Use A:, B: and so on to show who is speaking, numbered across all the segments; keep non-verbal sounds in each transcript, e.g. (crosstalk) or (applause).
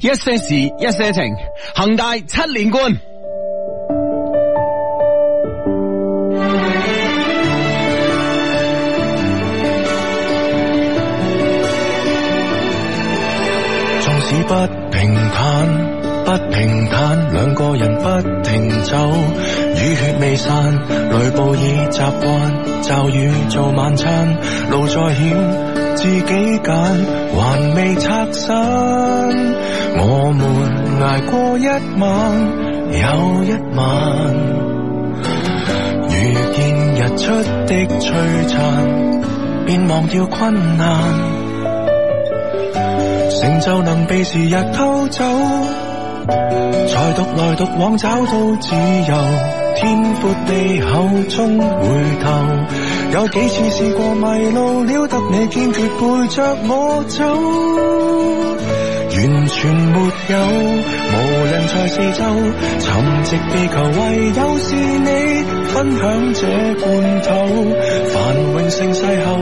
A: 一些事，一些情，恒大七連冠。
B: 縱使不平坦，不平坦，兩個人不停走，雨血未散，雷暴已習慣，驟雨做晚餐，路再險自己揀，還未拆散，我們捱過一晚又一晚，遇見日出的璀璨，便忘掉困難。成就能被時日偷走，才獨來獨往找到自由。天闊地厚中回頭，有幾次試過迷路了，得你堅決陪着我走。完全沒有，無人在四周，沉寂地球唯有是你分享這罐頭。繁榮盛世後，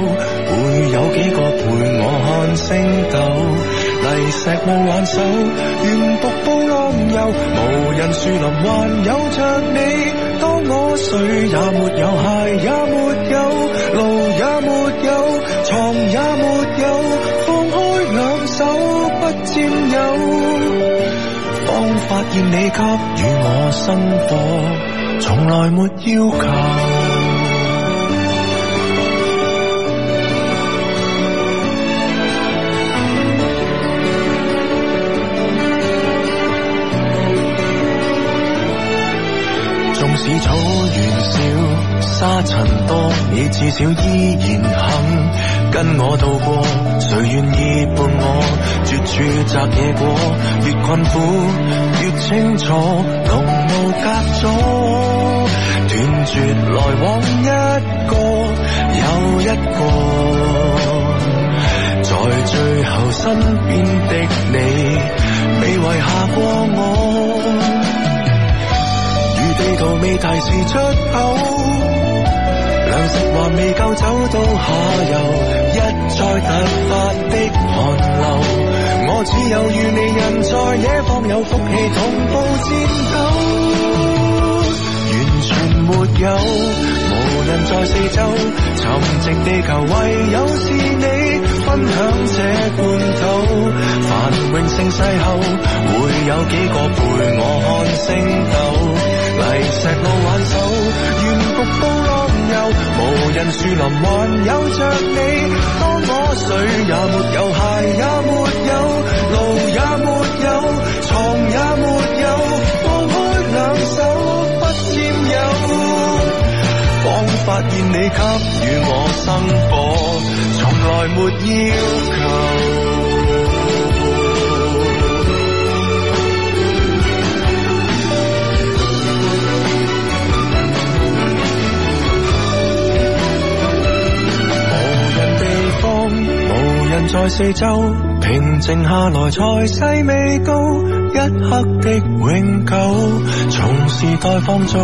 B: 會有幾個陪我看星斗？泥石路挽手，沿瀑布浪遊，無人樹林還有着你。當我誰也沒有，鞋也沒有，路也沒有，床也沒有，放開兩手不佔有。當發現你給予我生活，從來沒要求。縱使草原少，沙塵多，你至少依然肯跟我渡過。誰願意伴我絕處摘野果？越困苦越清楚，濃霧隔阻，斷絕來往一個又一個，在最後身邊的你，未遺下過我。地圖未提示出口，糧食還未夠走到下游，一再突發的寒流，我只有與你人在野方有福氣同步戰鬥。完全沒有，無人在四周，沉寂地球唯有是你分享這罐頭。繁榮盛世後，會有幾個陪我看星斗？泥石路挽手，沿瀑布浪遊，無人樹林還有着你。當我誰也沒有，鞋也沒有，路也沒有，床也沒有，放開兩手不佔有。當發現你給予我生活，從來沒要求。無人在四周，平靜下來才細味到一刻的永久。從時代放縱，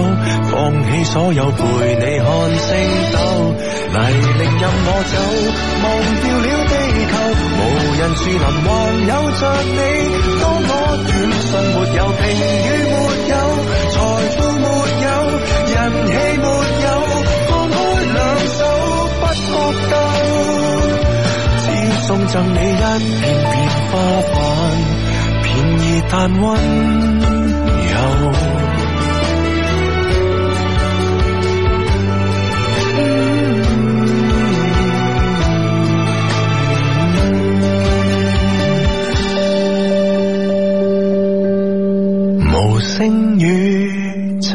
B: 放棄所有陪你看星斗，泥濘任我走，忘掉了地球。無人樹林還有着你，當我短信沒有，評語沒有，財富沒有，人氣沒有，放開兩手不覺夠。送贈你一片片花瓣，便宜但溫柔。無聲宇宙。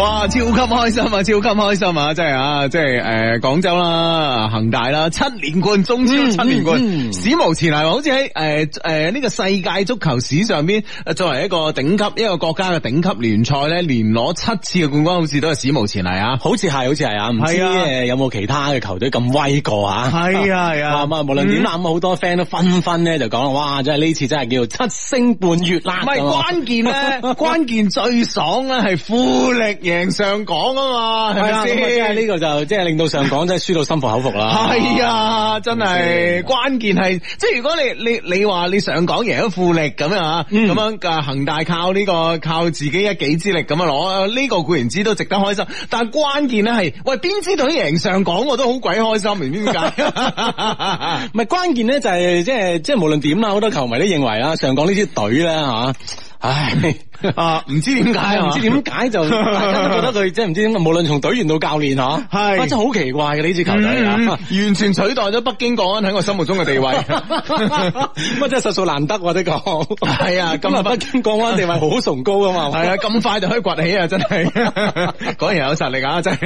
A: 哇，超級開心啊，超級開心啊！真係啊，即係誒，廣、州啦，恒大啦，七連冠，中超七連冠，
C: 嗯嗯
A: 史無前例喎。好似喺誒誒呢個世界足球史上邊，誒作為一個頂級一個國家嘅頂級聯賽咧，連攞七次嘅冠軍，好似都係史無前例啊！
C: 好似係，好似係啊，唔知
A: 係啊
C: 誒有冇其他嘅球隊咁威過啊？
A: 係
C: (laughs)
A: 啊係啊
C: 咁啊，無論點啦，咁好多 friend 都紛紛咧就講啦，哇！真係呢次真係叫七星伴月啦，
A: 唔係
C: 咁啊 (laughs)
A: 關鍵咧，關鍵最爽咧係富力贏上港啊嘛，係咪
C: 係啊，咁啊即係
A: 先？
C: 呢個就即係令到上港真係輸到心服口服啦。
A: 系啊，真係
C: 係
A: 關鍵係，即係如果你你你话你上港贏咗富力咁樣啊，咁
C: 嗯
A: 樣嘅恒大靠呢、個靠自己一己之力咁樣攞呢個固然之都值得開心，但係關鍵咧係，喂邊支隊贏上港我都好鬼開心，唔知點解。
C: (laughs) (laughs) 唔係關鍵咧，就係即係即係無論點啦，好多球迷都認為啦，上港呢支隊咧嚇，唉，
A: 啊，唔知點解
C: 唉
A: 啊，
C: 唔知點解
A: (laughs)
C: 就大家都覺得佢即係唔知點解，無論從隊員到教練嚇，
A: 係
C: 哇真係好奇怪嘅呢支球隊
A: 嗯
C: 啊！
A: 完全取代咗北京國安喺我心目中嘅
C: (laughs)
A: 地位。
C: 咁啊，真係實數難得喎！的講
A: 係啊咁
C: 咁啊，北京國安地位好崇高噶 (laughs) 嘛，
A: 係啊，咁快就可以崛起啊！真係，果然有實力啊！真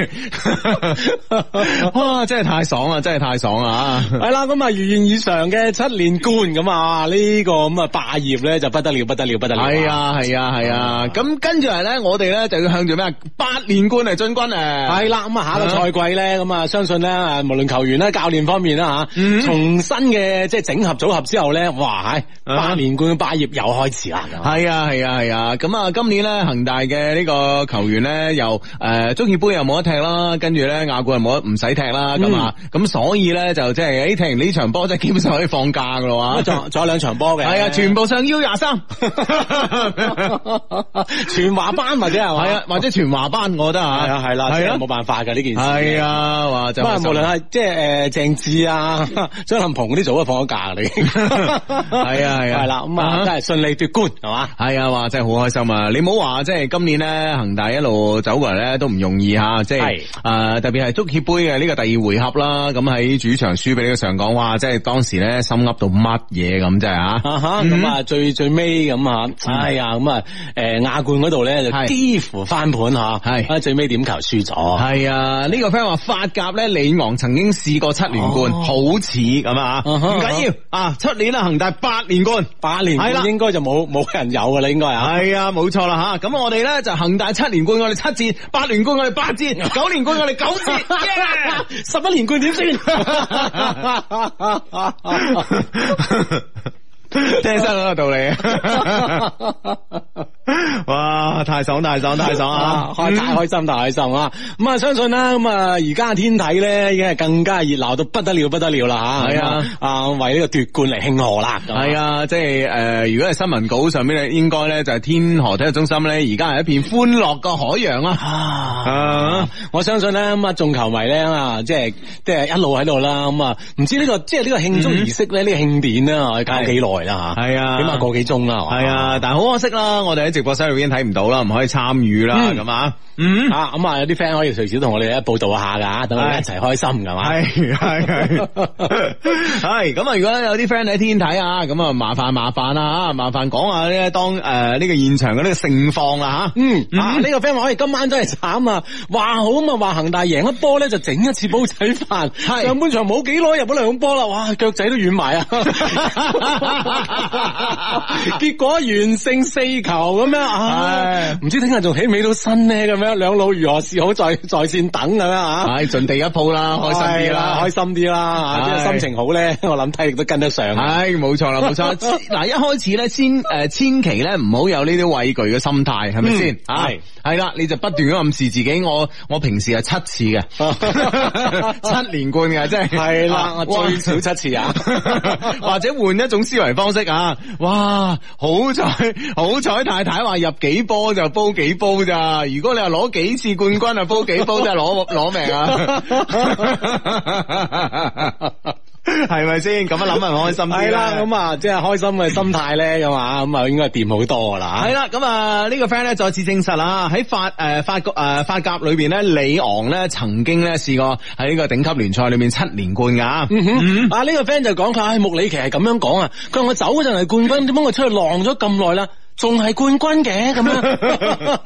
A: 係，哇！真係太爽啊！真係太爽啊！
C: 系啦，咁啊，如願以償嘅七連冠咁啊，呢、個咁啊霸業咧就不得了，不得了，不得了！
A: 係，啊，係啊，係啊！咁跟住嚟咧，我哋咧就要向住咩啊八連冠嚟進軍啊！
C: 係啦，咁啊，下個賽季咧，咁啊，相信咧，啊無論球員啦、教練方面啦吓，
A: 嗯
C: 重新嘅即係整合組合之後咧，哇，係
A: 啊
C: 八連冠嘅霸業又開始啦！ (laughs)
A: 係啊，係啊，係啊！咁啊，今年咧恒大嘅呢個球員咧，又誒足協杯又冇得踢啦，跟住咧亞冠又冇得唔使踢
C: 嗯
A: 啦，咁啊，咁所以咧就即係誒踢完呢場波，即係基本上可以放假噶咯
C: 咁啊，
A: 喎。
C: 仲有仲有兩場波嘅，
A: 係啊，全部上 U 廿三。
C: (laughs) 全華班或者係嘛
A: 系啊，，或者全華班，我覺得
C: 係
A: 吓，
C: 啊，係啦，
A: 系
C: 係
A: 啊，
C: 冇辦法嘅呢件事。
A: 係啊，話就
C: 不過無論係即係诶郑智啊、 (laughs) 張林鵬嗰啲早就放咗假啦， (laughs) 你係
A: 啊係啊
C: 係啦，咁
A: 啊
C: 啊真係順利奪冠係嘛？
A: 係啊，話真係好開心啊！你唔好話，即係今年咧恒大一路走過嚟咧都唔容易吓，即係
C: 係
A: 诶、呃特別係足協杯嘅呢個第二回合啦，咁喺主場輸俾呢個上港，哇！即係當時咧心噏到乜嘢咁，真係啊！
C: 啊哈，咁啊最最尾咁啊，哎呀咁啊，誒亞冠嗰度咧
A: 係
C: 就幾乎翻盤嚇，
A: 係
C: 啊最尾點球輸咗，
A: 係啊，呢、個 friend 話法甲咧，里昂曾經試過七連冠，
C: 哦
A: 好似咁啊，
C: 啊
A: 唔
C: 哈
A: 緊要啊，七年啦，恒大八連冠。
C: 八年
A: 係啦
C: 應該就冇冇人有噶啦，應該啊，
A: 系啊，冇错啦吓，咁我哋咧就恒大七連冠，我哋七戰；八連冠我哋八戰；九連冠我哋九戰。Yeah！
C: (laughs) 十一連冠點算？
A: (laughs) 聽起身好有道 (laughs) 理啊！哇，太爽太爽太爽
C: 啊，
A: 啊！
C: 開太開心，太開心啊！咁啊，相信啦，咁啊，而家天體咧已經係更加熱鬧到不得了，不得了啦吓，
A: 係啊
C: 咁啊，為呢個奪冠嚟慶賀啦，
A: 系啊，即系诶、呃如果系新聞稿上面咧，應該咧就係天河體育中心咧，而家係一片歡樂嘅海洋啦。
C: 啊。
A: 啊，
C: 我相信咧，咁啊，眾球迷咧啊，即係即係一路喺度啦，咁啊，唔知呢、個即係呢個慶祝
A: 嗯
C: 儀式咧，呢、個慶典啦，我哋搞幾耐啦吓，
A: 係啊
C: 起碼個幾鐘啦，係嘛
A: 係啊，但係好可惜啦，我哋喺直播室裏边睇唔到啦，唔可以參與啦，
C: (laughs) 嗯
A: 咁啊，嗯。
C: 啊，咁啊，有啲 friend 可以隨時同我哋咧報道下噶，等我哋一齊開心 (laughs) 噶嘛。
A: 系系系，系哎咁啊！如果有啲 friend 喺天睇啊，咁啊麻煩麻煩啦吓，麻煩講下咧當诶呢個現場嘅呢個盛況啦吓。
C: 嗯，
A: 嗯
C: 啊呢、個 friend 話：，哎，今晚真係慘啊！話好咁啊，話恒大贏一波咧，就整一次煲仔飯。
A: 係
C: 上半場冇幾耐入咗兩波啦，哇，腳仔都軟
A: (laughs)
C: 埋啊！結果完勝四球咁樣，唉，唔知聽日仲起唔起到身呢？咁樣兩老如何是好在在線等咁樣啊！
A: 唉，哎盡地一鋪啦，開心啲啦，
C: 開心啲啦，啊
A: 係
C: 即係心情好咧， (laughs) 我諗體力都跟得上。啊
A: 唉，哎冇錯啦，冇錯。嗱，一開始咧，先诶，千祈咧唔好有呢啲畏懼嘅心態，係咪先
C: 嗯？
A: 啊
C: 係，
A: 係啦，你就不斷咁暗示自己，我我平時係七
C: (laughs)
A: 次嘅，七連冠嘅，即係
C: 係啦，
A: 啊
C: 我最少七次啊！
A: (laughs) 或者換一種思維方式啊！哇，好彩好彩太太話入幾波就煲幾煲咋，如果你話攞幾次冠軍啊，煲幾煲真係攞 (laughs) 攞命啊！係咪先咁樣啊諗咪開心啲
C: 系啦，咁
A: 啊。
C: 啊，即係開心嘅心態咧，咁啊，咁啊，應該掂好多噶啦。
A: 系啦，咁啊呢個 friend 咧再次證實啦，喺法诶、法國诶、法甲裏边咧，里昂咧曾經咧試過喺呢個頂級聯賽裏面七連冠噶。
C: 嗯啊呢、個 friend 就講佢，唉、穆里奇係咁樣講啊，佢話我走嗰陣係冠軍，點解我出去浪咗咁耐啦，仲係冠軍嘅咁樣，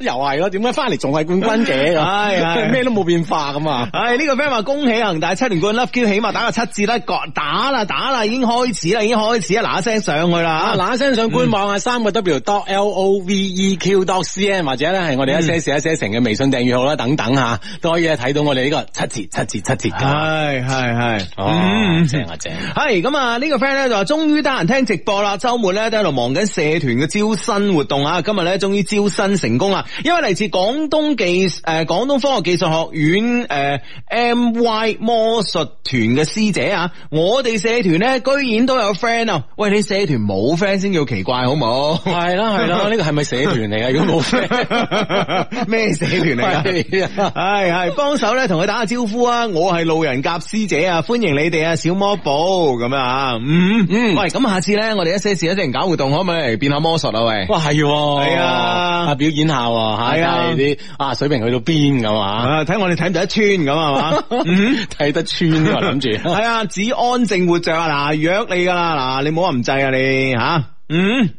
C: (laughs) 又係咯，點解翻嚟仲係冠軍嘅？
A: 係係
C: 咩都冇變化咁啊！
A: 唉，呢、個 friend 話恭喜啊恒大七連冠，Love Q 起碼打個七折啦，割打啦打啦，已經開始啦，已經開始啦，嗱一聲上去啦。
C: 啊！嗱一聲上官網啊，三個 W dot L O V E Q dot C N 或者咧係我哋一些事一些情嘅微信訂閱號啦，等等吓，都可以睇到我哋呢個七折七折七折噶。
A: 係係係，
C: 哦，
A: 嗯。
C: 正啊正啊！
A: 系咁啊！呢、個 friend 咧就話終於得閒聽直播啦，週末咧都喺度忙緊社團嘅招新活動啊！今日咧終於招新成功啦，因為嚟自廣東技誒廣東科學技術學院誒、呃 MY 魔術團嘅師姐啊，我哋社團咧居然都有 friend 啊！喂，你社團冇 friend 先叫奇怪好冇？
C: 係啦係啦，呢個係咪社團嚟啊？如果冇 friend，
A: (laughs) 咩社團嚟啊？
C: 係啊
A: 系系，帮手咧同佢打下招呼啊！我係路人甲師姐啊，歡迎你哋啊，小魔寶咁啊，嗯
C: 嗯
A: 喂，咁下次咧，我哋一些事一啲人搞活動，可唔可以嚟變下魔術啊？喂，
C: 哇係喎，
A: 係啊
C: 表演下喎吓，
A: 係啊
C: 睇啲啊水平去到邊咁啊，
A: 啊睇我哋睇唔睇得穿咁啊
C: (laughs)
A: 嘛？
C: 睇得穿啊
A: (laughs)
C: 諗住。
A: 係啊，只安靜活着啊！嗱，約你噶啦，嗱，你唔好話唔制啊你吓、嗯。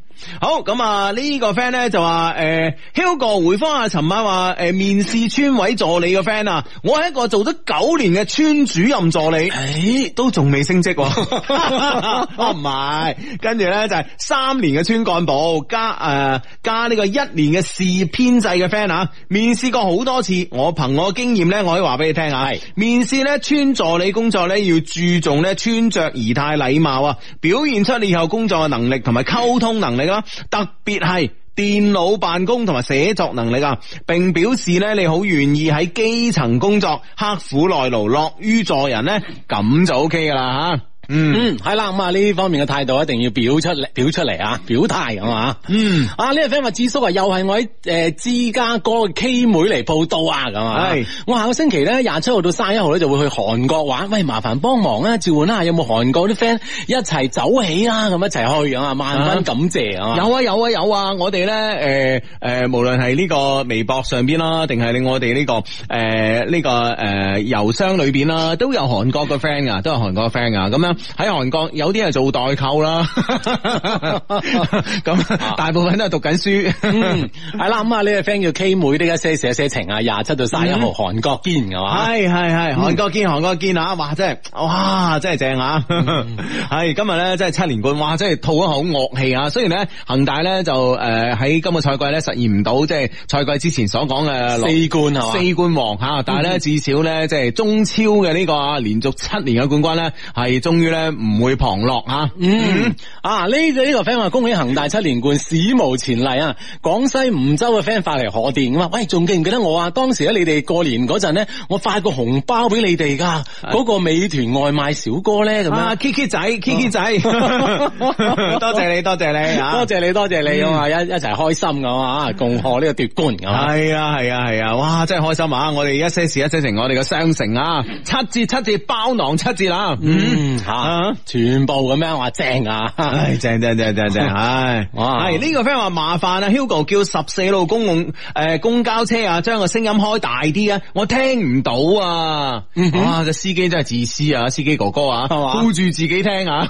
A: 好咁啊！呢、個 friend 咧就話诶、h u g o 回覆啊，尋晚話诶、面試村委助理嘅 friend 啊，我係一個做咗九年嘅村主任助理，
C: 誒
A: 都仲未升職喎、 (laughs) 哦唔係，跟住咧就係三年嘅村幹部加诶、呃加呢個一年嘅事編制嘅 friend 啊，面試過好多次，我憑我經驗咧，我可以話俾你聽啊，面試咧村助理工作咧要注重咧穿着儀態禮貌啊，表現出你以後工作嘅能力同埋溝通能力啦，特別係。電腦辦公同埋寫作能力啊，並表示咧你好願意喺基層工作，刻苦耐勞，樂於助人咧，咁就 OK 噶啦吓。嗯
C: 嗯，係啦，咁啊呢方面嘅態度一定要表出嚟，表出嚟啊，表態咁啊。
A: 嗯。
C: 啊！呢、個 friend 話智叔啊，又係我喺诶芝加哥嘅 K 妹嚟報道啊，咁啊
A: 係，
C: 我下個星期咧廿七號到三十一號咧就會去韓國玩，喂，麻煩幫忙啊，召喚啦，有冇韓國啲 friend 一齊走起啦，咁一齊去咁啊，萬分感謝啊！
A: 有啊有啊有啊！我哋咧诶诶，誒無論係呢個微博上邊啦，定係我哋呢、個诶呢、個诶郵箱裏邊啦，都有韓國嘅 friend 噶，都有韓國嘅 friend 噶。咁樣喺韓國有啲係做代購啦， (laughs) 咁大部分都係讀緊書。
C: 啊嗯，係啦，咁啊呢個 friend 叫 K 妹啲一些事一些情啊，廿七到三十一號韓國見係嘛？
A: 系系系，
C: 嗯
A: 韓國堅，韓國堅啊！哇，真係，哇，真係正啊！
C: 嗯
A: (laughs) 係今日咧，真係七連冠，哇，真係吐一口惡氣啊！雖然咧恒大咧就诶喺今個賽季咧實現唔到即係賽季之前所講嘅落
C: 四冠係嘛？嗯
A: 四冠王吓，但係咧至少咧即係中超嘅呢個啊連續七年嘅冠軍咧，係終於咧唔會旁落吓。
C: 嗯，啊呢、個呢、個 friend 話恭喜恒大七連冠史無前例啊！廣西梧州嘅 friend 發嚟賀電咁話，喂，仲記唔記得我啊？當時咧你哋過年嗰陣咧，我發個紅包俾你哋㗎，嗰個美團外賣小哥咧咁
A: 啊
C: 樣。
A: ，Kiki 仔，Kiki
C: (laughs)
A: 仔，多謝你，多謝你啊！
C: 多謝你，多謝你啊嘛，一一齊開心咁啊，共賀呢個奪冠咁啊！
A: 系啊系啊系啊，哇！真系开心啊！我哋一些事一些情，我哋嘅商城啊，七折七折包囊七折啦，
C: 嗯吓
A: 啊，
C: 全部咁樣話正啊！
A: 唉，正正正正正，
C: (laughs)
A: 唉，
C: 哇
A: 系呢個 friend 話麻煩啊，Hugo 叫十四路公共诶、呃公交車啊，將個聲音開大啲啊，我聽唔到啊，
C: 嗯哼
A: 哇！個司機真係自私啊，司機哥哥啊，
C: 係嘛
A: 顧住自己聽啊，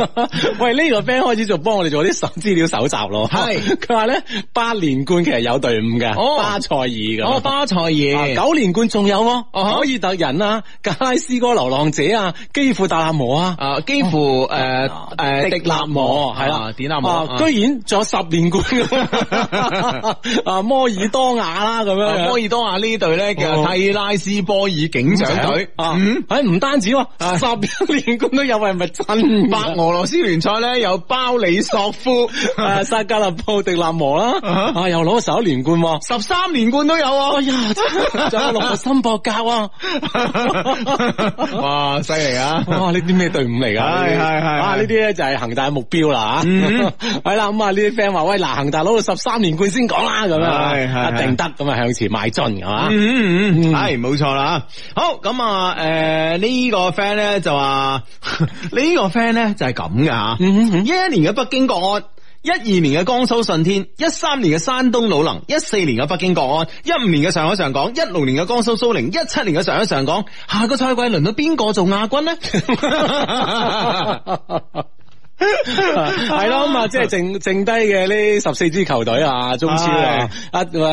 A: (laughs)
C: 喂，呢、個 friend 開始就幫我哋做啲搜資料搜集咯。
A: 係
C: 佢話咧八連冠其實有隊伍嘅，
A: 哦
C: 巴塞爾咁。
A: 哦，巴塞
C: 啊
A: 爾。
C: 九連冠仲有喎，
A: 哈
C: 可以特人啊，格拉斯哥流浪者啊，基輔達納摩啊。
A: 啊，幾乎呃诶诶，
C: 迪納摩係啦，
A: 典納摩，
C: 啊居然仲有十連冠嘅，
A: (laughs)
C: 啊摩爾多瓦啦咁
A: 啊
C: 樣，
A: 摩爾多瓦呢隊咧叫
C: 哦
A: 蒂拉斯波爾警長隊
C: 啊，
A: 嗯啊
C: 喺唔單止喎，十連冠都有，係咪真㗎？
A: 白俄羅斯聯賽咧有包里索 (laughs) 夫，
C: 啊，薩格勒布迪納摩啦，
A: 啊
C: 啊又攞咗十一連冠喎，
A: 十三連冠都有 (laughs) 啊！
C: 哎呀， (laughs) 仲有六個森博格
A: (laughs)
C: 啊！
A: 哇，犀利啊！
C: (laughs) 哇！呢啲咩隊伍嚟㗎？
A: 係係係
C: 啊！呢啲咧就係恒大嘅目標啦吓。
A: 嗯
C: (laughs) 係啦，咁啊呢啲 friend 話：喂，嗱，恒大攞到十三連冠先講啦，咁
A: 係係
C: 樣
A: 係
C: 一定得，咁啊向前邁進，係嘛？
A: 嗯嗯嗯，系冇錯啦。好咁啊，诶呢個 friend 咧就話 (laughs) 呢個 friend 咧就係咁嘅吓，
C: 嗯
A: 一一年嘅北京國安。一二年嘅江蘇舜天，一三年嘅山東魯能，一四年嘅北京國安，一五年嘅上海上港，一六年嘅江蘇蘇寧，一七年嘅上海上港。下個賽季輪到邊個做亞軍
C: (laughs)
A: 呢？
C: 嗯
A: (laughs)
C: 係咯，咁啊，即係剩剩低嘅呢十四支球隊啊，中超啊，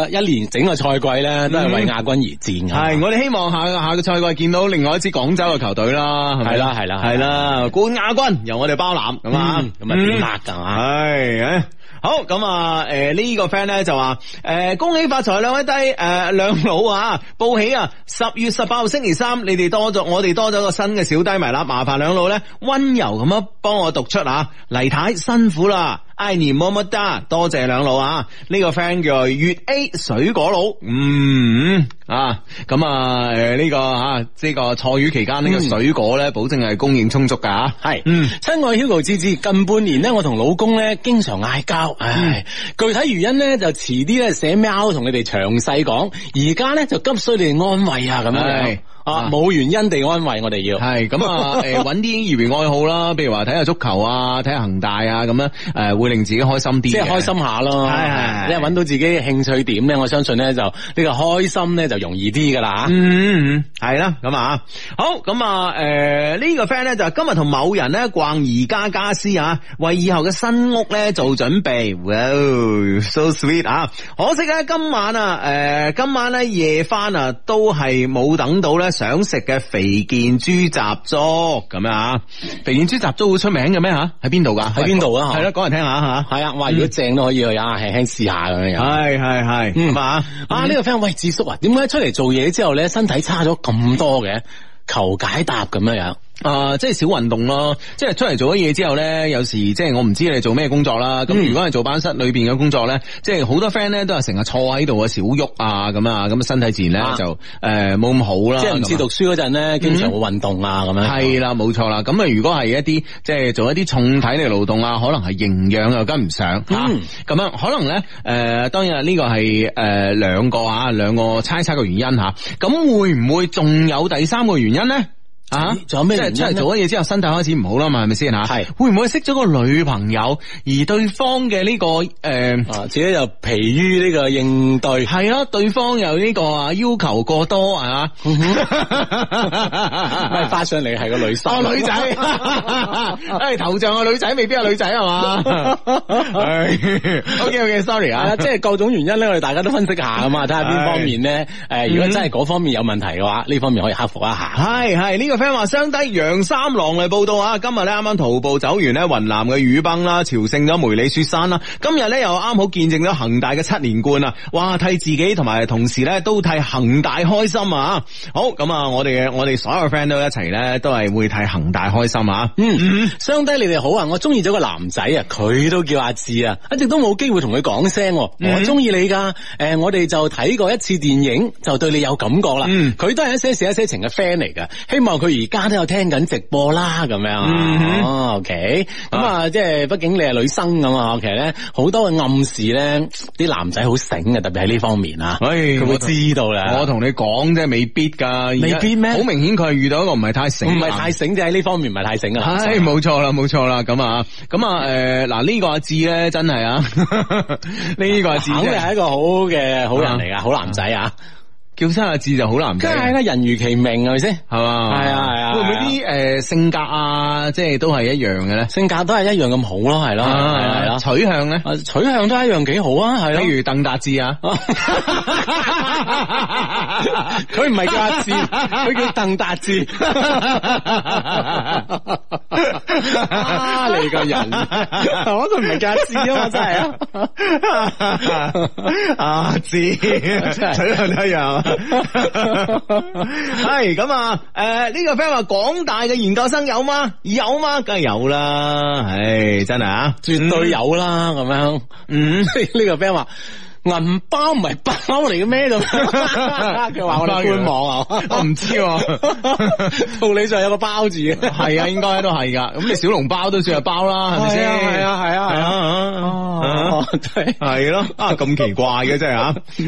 C: 一一年整個賽季咧都
A: 嗯
C: 係為亞軍而戰㗎
A: 系，我哋希望下下個賽季見到另外一支廣州嘅球隊啦，係咪
C: 係啦係啦
A: 係啦，冠亞軍由我哋包攬咁啊
C: 嗯，咁啊點
A: 啊？
C: 啦㗎嘛？
A: 系，唉好咁啊！诶、呢、個 friend 咧就話诶、誒恭喜發財兩位低诶兩、老啊，報喜啊！十月十八號星期三，你哋多咗我哋多咗個新嘅小低迷啦，麻煩兩老咧温柔咁樣幫我讀出啊！黎太辛苦啦，愛你麼麼噠，多謝兩老啊！呢、個 friend 叫粵 A 水果佬，嗯啊，咁啊誒呢、個啊，呢、個錯魚期間呢、
C: 嗯
A: 個水果咧，保證係供應充足噶吓。
C: 系，
A: 嗯
C: 親愛 Hugo 芝芝，近半年咧，我同老公咧經常嗌交，唉，
A: 嗯
C: 具體原因咧就遲啲咧寫 mail 同你哋詳細講，而家咧就急需你哋安慰啊，咁樣
A: 唉
C: 啊，冇原因地安慰我哋要，
A: 系咁
C: (laughs)
A: 啊，诶，揾啲業餘愛好啦，譬如話睇下足球啊，睇下恒大啊，咁樣诶，會令自己開心啲嘅，
C: 即係開心下咯，
A: 係係係
C: 即係揾到自己嘅興趣點咧，我相信咧就呢個開心咧就容易啲噶啦，啊
A: 嗯，系啦，咁啊，好，咁啊，诶、呢、個 friend 咧就今日同某人咧逛宜家家私啊，為以後嘅新屋咧做準備。哇，so sweet 啊！可惜咧今晚啊，诶、今晚咧夜翻啊，都係冇等到咧想食嘅肥健豬雜粥咁樣啊！肥健豬雜粥好出名嘅咩吓？喺邊度噶？
C: 喺邊度啊
A: 係咯，講嚟聽下吓。
C: 係啊，哇，如果正都可以去啊，輕輕試下咁樣樣。
A: 係係係
C: 啊嗯
A: 咁啊！
C: 啊！呢、個 friend 喂，智叔啊，點解出嚟做嘢之後咧，身體差咗咁多嘅？求解答咁樣樣。
A: 啊、即係少運動咯，即係出嚟做咗嘢之後咧，有時即係我唔知你做咩工作啦。咁、
C: 嗯
A: 如果係做班室裏邊嘅工作咧，即係好多 friend 咧都係成日坐喺度啊，少喐啊咁啊，咁身體自然咧、
C: 啊
A: 就誒冇咁好啦。
C: 即係唔似讀書嗰陣咧，經常會運動啊咁樣。
A: 係啦，冇錯啦。咁啊，如果係一啲即係做一啲重體力勞動啊，可能係營養又跟唔上吓，
C: 嗯
A: 咁、樣可能咧誒、當然啦呢個係誒兩個啊兩個猜測嘅原因吓。咁會唔會仲有第三個原因咧？啊！
C: 仲有咩
A: 即
C: 原
A: 係
C: 因
A: 出嚟
C: 呢
A: 做咗嘢之後，身體開始唔好啦嘛，係咪先吓？啊
C: 係
A: 會唔會識咗個女朋友，而對方嘅呢、個誒？
C: 啊，自己就疲於呢個應 (laughs) 對。
A: 係咯，對方有呢個啊要求過多啊，
C: 嗯
A: (laughs)
C: 咪發啊上嚟係個女生，
A: 哦， (laughs) 女仔，诶，頭像啊個女仔未必係女仔係嘛？OK (laughs) OK，sorry
C: 係
A: 啊
C: 啦，，即係各種原因咧，我哋大家都分析下啊嘛，睇下邊方面咧。誒，如果真係嗰方面有問題嘅話，呢方面可以克服一下。
A: 系系呢個 friend 話相低楊三郎嚟報道啊！今日咧啱啱徒步走完咧雲南嘅雨崩啦，朝聖咗梅里雪山啦，今日咧又啱好見證咗恒大嘅七連冠啊！哇，替自己同埋同事咧都替恒大開心啊！好咁啊，我哋嘅我哋所有 friend 都一齊咧都係會替恒大開心啊！
C: 嗯，相低你哋好啊！我中意咗個男仔啊，佢都叫阿志啊，一直都冇機會同佢講聲喎。
A: 嗯
C: 我中意你噶，诶、我哋就睇過一次電影，就對你有感覺啦。
A: 嗯
C: 佢都係一些事一些情嘅 friend 嚟噶，希望佢而家都有聽緊直播啦，咁樣啊。
A: 嗯
C: 哦，OK，咁啊，即係畢竟你係女生咁啊，其實咧好多嘅暗示咧，啲男仔好醒嘅，特別喺呢方面啊，
A: 唉
C: 佢會
A: 我同
C: 知道啦。
A: 我同你講啫，未必噶，
C: 啊未必咩
A: 而家好明顯佢係遇到一個唔係太醒，啊
C: 唔係太。醒，就喺呢方面唔係太醒啊。
A: 唉，冇錯啦，冇錯啦，咁啊，咁啊，诶，嗱呢個阿志咧，真係啊， (laughs) 呢個阿志
C: 肯定
A: 真係
C: 係一個好嘅好人嚟噶，好男仔啊！
A: 叫聲阿志就好難
C: 梗係
A: 睇，
C: 啦，人如其名係咪先？
A: 係嘛？
C: 係啊係啊
A: 會唔會啲诶性格啊，即係都係一樣嘅咧？
C: 性格都係一樣咁好咯，係咯，係
A: 啊
C: 啦，
A: 取向咧，
C: 啊取向都一樣幾好啊，係
A: 譬
C: 咯。
A: 如鄧達志啊，
C: (laughs)
A: (laughs)
C: 佢唔係叫
A: (laughs)
C: 阿志，佢叫鄧達志。啊，你個人，我都唔係叫阿志啊嘛，真係啊。
A: 啊阿志，取向都一樣。係咁啊，诶呢個 friend 話廣大嘅研究生有嗎？有嗎？梗係有啦，唉，真係啊，
C: 絕對有啦，咁樣。 (laughs)
A: 嗯。
C: 呢個 friend 話銀包唔係包嚟嘅咩咁？
A: (laughs) 嗯
C: 佢話我 (laughs) 哋官網啊，
A: 我唔知喎，
C: (laughs) 道理上有個包字嘅。
A: 係啊，應該都係噶。咁你小籠包都算係包啦，係咪先？
C: 係啊係啊係啊
A: 啊
C: 哦，真係
A: 系咯，啊咁奇怪嘅真系吓，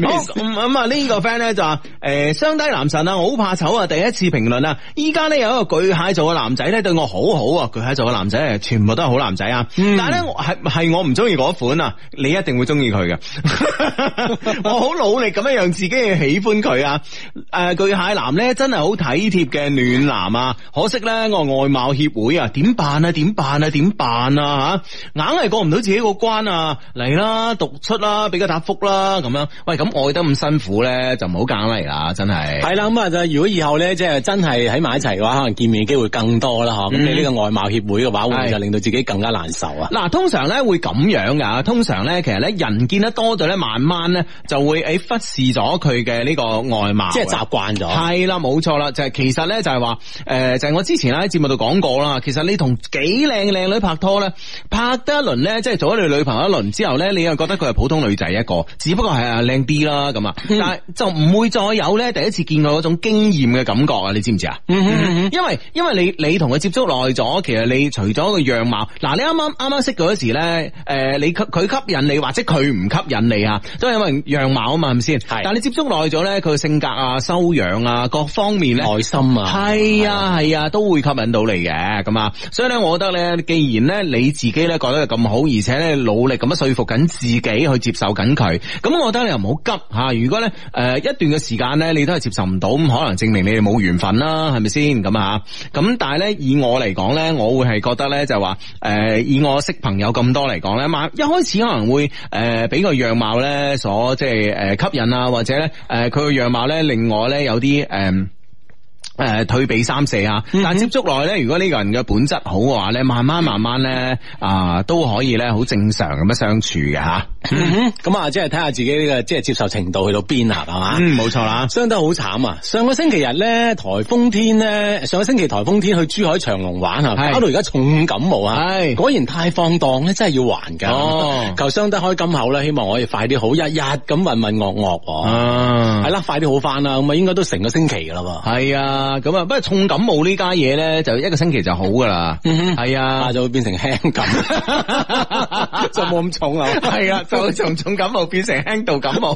A: 好咁咁啊呢個 friend 咧就話诶雙低男神啊，我好怕醜啊，第一次評論啊，依家咧有一個巨蟹座嘅男仔咧對我好好啊，巨蟹座嘅男仔咧全部都係好男仔啊，
C: 嗯
A: 但係咧我係系我唔中意嗰款啊，你一定會中意佢嘅，我好努力咁樣讓自己去喜歡佢啊，诶巨蟹男咧真係好體貼嘅暖男啊，可惜咧我外貌協會啊，點辦啊點辦啊點辦啊吓，硬係過唔到自己個關啊，嚟啦讀出啦，俾個答覆啦咁樣，喂咁愛得咁辛苦咧就唔好揀嚟啦，真係。
C: 係啦，咁啊就如果以後咧，即係真係喺埋一齊嘅話，可能見面嘅機會更多啦，嗬。咁
A: 嗯
C: 你呢個外貌協會嘅話，會唔
A: 係
C: 會就令到自己更加難受啊？
A: 嗱，通常咧會咁樣噶，通常咧其實咧人見得多咗咧，慢慢慢咧就會誒忽視咗佢嘅呢個外貌嘅，啊
C: 即係習慣咗。
A: 係啦，冇錯啦，就係、其實咧就係話，诶、就係我之前咧喺節目度講過啦，其實你同幾靚嘅靚女拍拖咧，拍得一輪咧，即係做咗你女朋友一輪之後咧，你又覺得佢係普通女仔一個，只不過係啊靚啲啦咁啊，但係就唔會再有咧第一次見佢嗰種驚豔嘅感覺啊，你知唔知啊？
C: 嗯哼嗯哼
A: 因為因為你你同佢接觸耐咗，其實你除咗個樣貌，嗱你啱啱啱啱識佢嗰時咧，诶、你吸佢吸引你或者佢唔吸引你啊，都係因為樣貌啊嘛，係咪先？
C: 係
A: 但係你接觸耐咗咧，佢嘅性格啊、修養啊各方面咧。
C: 內心啊，
A: 係啊係啊，都會吸引到你嘅咁啊，所以咧，我覺得咧，既然咧你自己咧覺得佢咁好，而且咧努力咁樣說服緊自己去接受緊佢，咁我覺得你又唔好急吓、如果咧诶、呃一段嘅時間咧，你都係接受唔到，咁可能證明你哋冇緣分啦，係咪先咁啊？咁但係咧，以我嚟講咧，我會係覺得咧就話诶、呃以我識朋友咁多嚟講咧，嘛一開始可能會诶俾個樣貌咧所即係诶吸引啊，或者咧诶佢個樣貌咧令我咧有啲诶。呃诶、呃退避三舍啊！但接觸耐咧，如果呢個人嘅本質好嘅話咧，慢慢慢慢咧啊、都可以咧好正常咁樣相處嘅吓。
C: 嗯哼咁啊，即係睇下自己呢個即係接受程度去到邊啦，係嘛？
A: 嗯，冇錯啦。
C: 傷得好慘啊！上個星期日咧，颱風天咧，上個星期颱風天去珠海長隆玩啊，
A: 係
C: 搞到而家重感冒啊！
A: 係
C: 果然太放蕩咧，真係要還㗎。
A: 哦
C: 求傷得開金口啦，希望我哋快啲好，日日咁渾渾噩噩喎。
A: 啊
C: 係，啦，快啲好翻啦，咁啊應該都成個星期㗎啦喎。
A: 係啊，咁啊，不過重感冒呢家嘢咧，就一個星期就好噶啦。
C: 嗯哼
A: 係啊
C: 啊，。就會變成
A: (laughs)
C: 輕 (laughs) 感，就冇咁重啦。
A: 系
C: (laughs)
A: 啊，就從重感冒變成輕度感冒，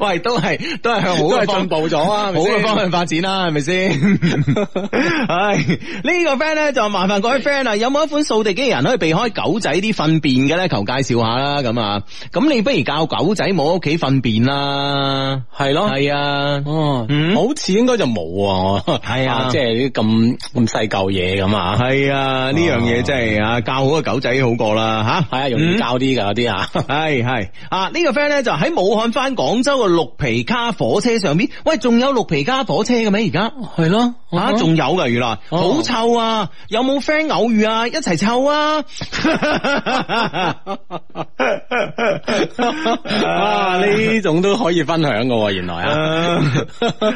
A: 喂，都係都係向好
C: 都
A: 嘅
C: 係
A: 方
C: 進步咗啊，係咪
A: 好嘅
C: 先
A: 方向發展啦，係咪
C: (laughs)
A: 先？唉，呢個 friend 咧就麻煩各位 friend 啊，有冇一款掃地機器人可以避開狗仔啲糞便嘅咧？求介紹下啦，咁啊，咁你不如教狗仔冇喺屋企糞便啦，
C: 係咯。
A: 係啊。
C: 哦
A: 嗯，
C: 好似應該就冇啊，我
A: 係啊
C: 即係啲咁咁細嚿嘢咁
A: (laughs)
C: 啊。
A: 系啊，呢樣嘢真係啊，教好個狗仔好過啦吓。
C: 系啊，容易
A: 嗯
C: 交啲噶嗰啲啊。
A: 系系啊！呢、個个 friend 咧就喺武漢翻廣州嘅綠皮卡火車上邊，喂，仲有綠皮卡火車嘅咩？而家
C: 系咯，
A: 啊，仲有噶，原來
C: 哦
A: 好臭啊！有冇 friend 偶遇啊？一齊臭
C: (laughs)
A: 啊！
C: 啊呢種都可以分享噶喎，原來啊，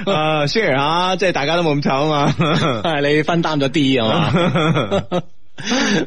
A: 啊，share 下，即係大家都冇咁臭啊
C: (laughs)
A: 嘛。
C: 係你
A: (laughs)
C: 分擔咗啲啊嘛。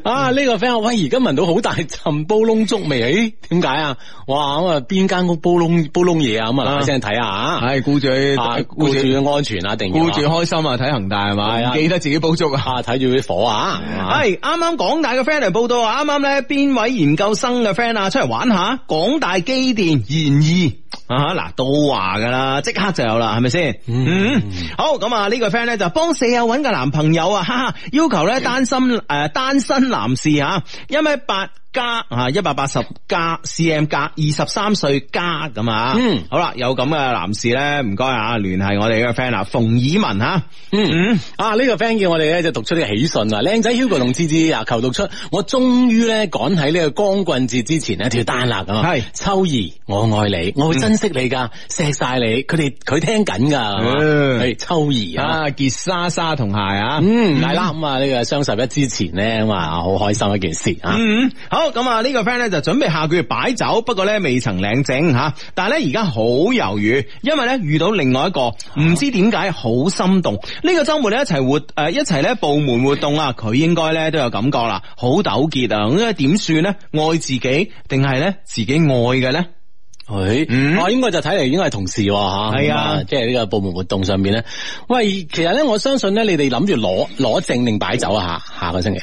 C: 啊！呢、個 friend 話喂，而家聞到好大陣煲窿粥味，诶、點解啊？哇！咁啊，邊間屋煲窿煲窿嘢啊？咁啊，嗱嗱聲睇下啊，
A: (laughs) 唉，顧住
C: 啊顧住嘅安全啊，一定要啊
A: 顧住開心啊，睇恒大係
C: 係
A: 嘛，
C: 啊
A: 唔記得自己煲粥啊。
C: 啊，睇住啲火啊，
A: 系啱啱港大嘅 friend 嚟報道啊！啱啱咧邊位研究生嘅 friend 啊，出嚟玩下港大機電研二啊！嗱，都話噶啦，即刻就有啦，係咪先？嗯，好咁啊！呢個 friend 咧就幫舍友揾個男朋友啊，哈哈！要求
C: 嗯
A: 咧單身诶、呃單身男士啊，一米八。加啊，一百八十加 cm 加二十三歲加咁啊，
C: 嗯
A: 好啦，有咁嘅男士咧，唔該啊，聯繫我哋呢個 friend 啊，馮以文吓，
C: 嗯，啊呢、個 friend 叫我哋咧就讀出呢個喜訊啊，靚仔 Hugo 同芝芝啊，求讀出，我終於咧趕喺呢個光棍節之前咧脱單啦咁啊，
A: 係
C: 秋兒，我愛你，我會珍惜你㗎，錫晒你，佢哋佢聽緊㗎，係嘛
A: 嗯
C: 係秋兒啊。
A: 啊，傑莎莎同鞋啊，
C: 嗯，係啦，咁啊呢個雙十一之前咧，咁啊好開心一件事啊，
A: 嗯，好咁啊！呢個 friend 咧就準備下個月擺酒，不過咧未曾領證吓，但係咧而家好猶豫，因為咧遇到另外一
C: 啊
A: 個唔知點解好心動。呢、個週末咧一齊活誒、呃一齊咧部門活動啊，佢應該咧都有感覺啦，好糾結啊！咁咧點算咧？愛自己定係咧自己愛嘅咧？
C: 誒
A: 嗯
C: 我應哦該就睇嚟應該係同事喎嚇，
A: 係
C: 咁
A: 啊
C: 即係呢個部門活動上面咧，喂，其實咧我相信咧，你哋諗住攞攞證定擺酒啊下下個星期。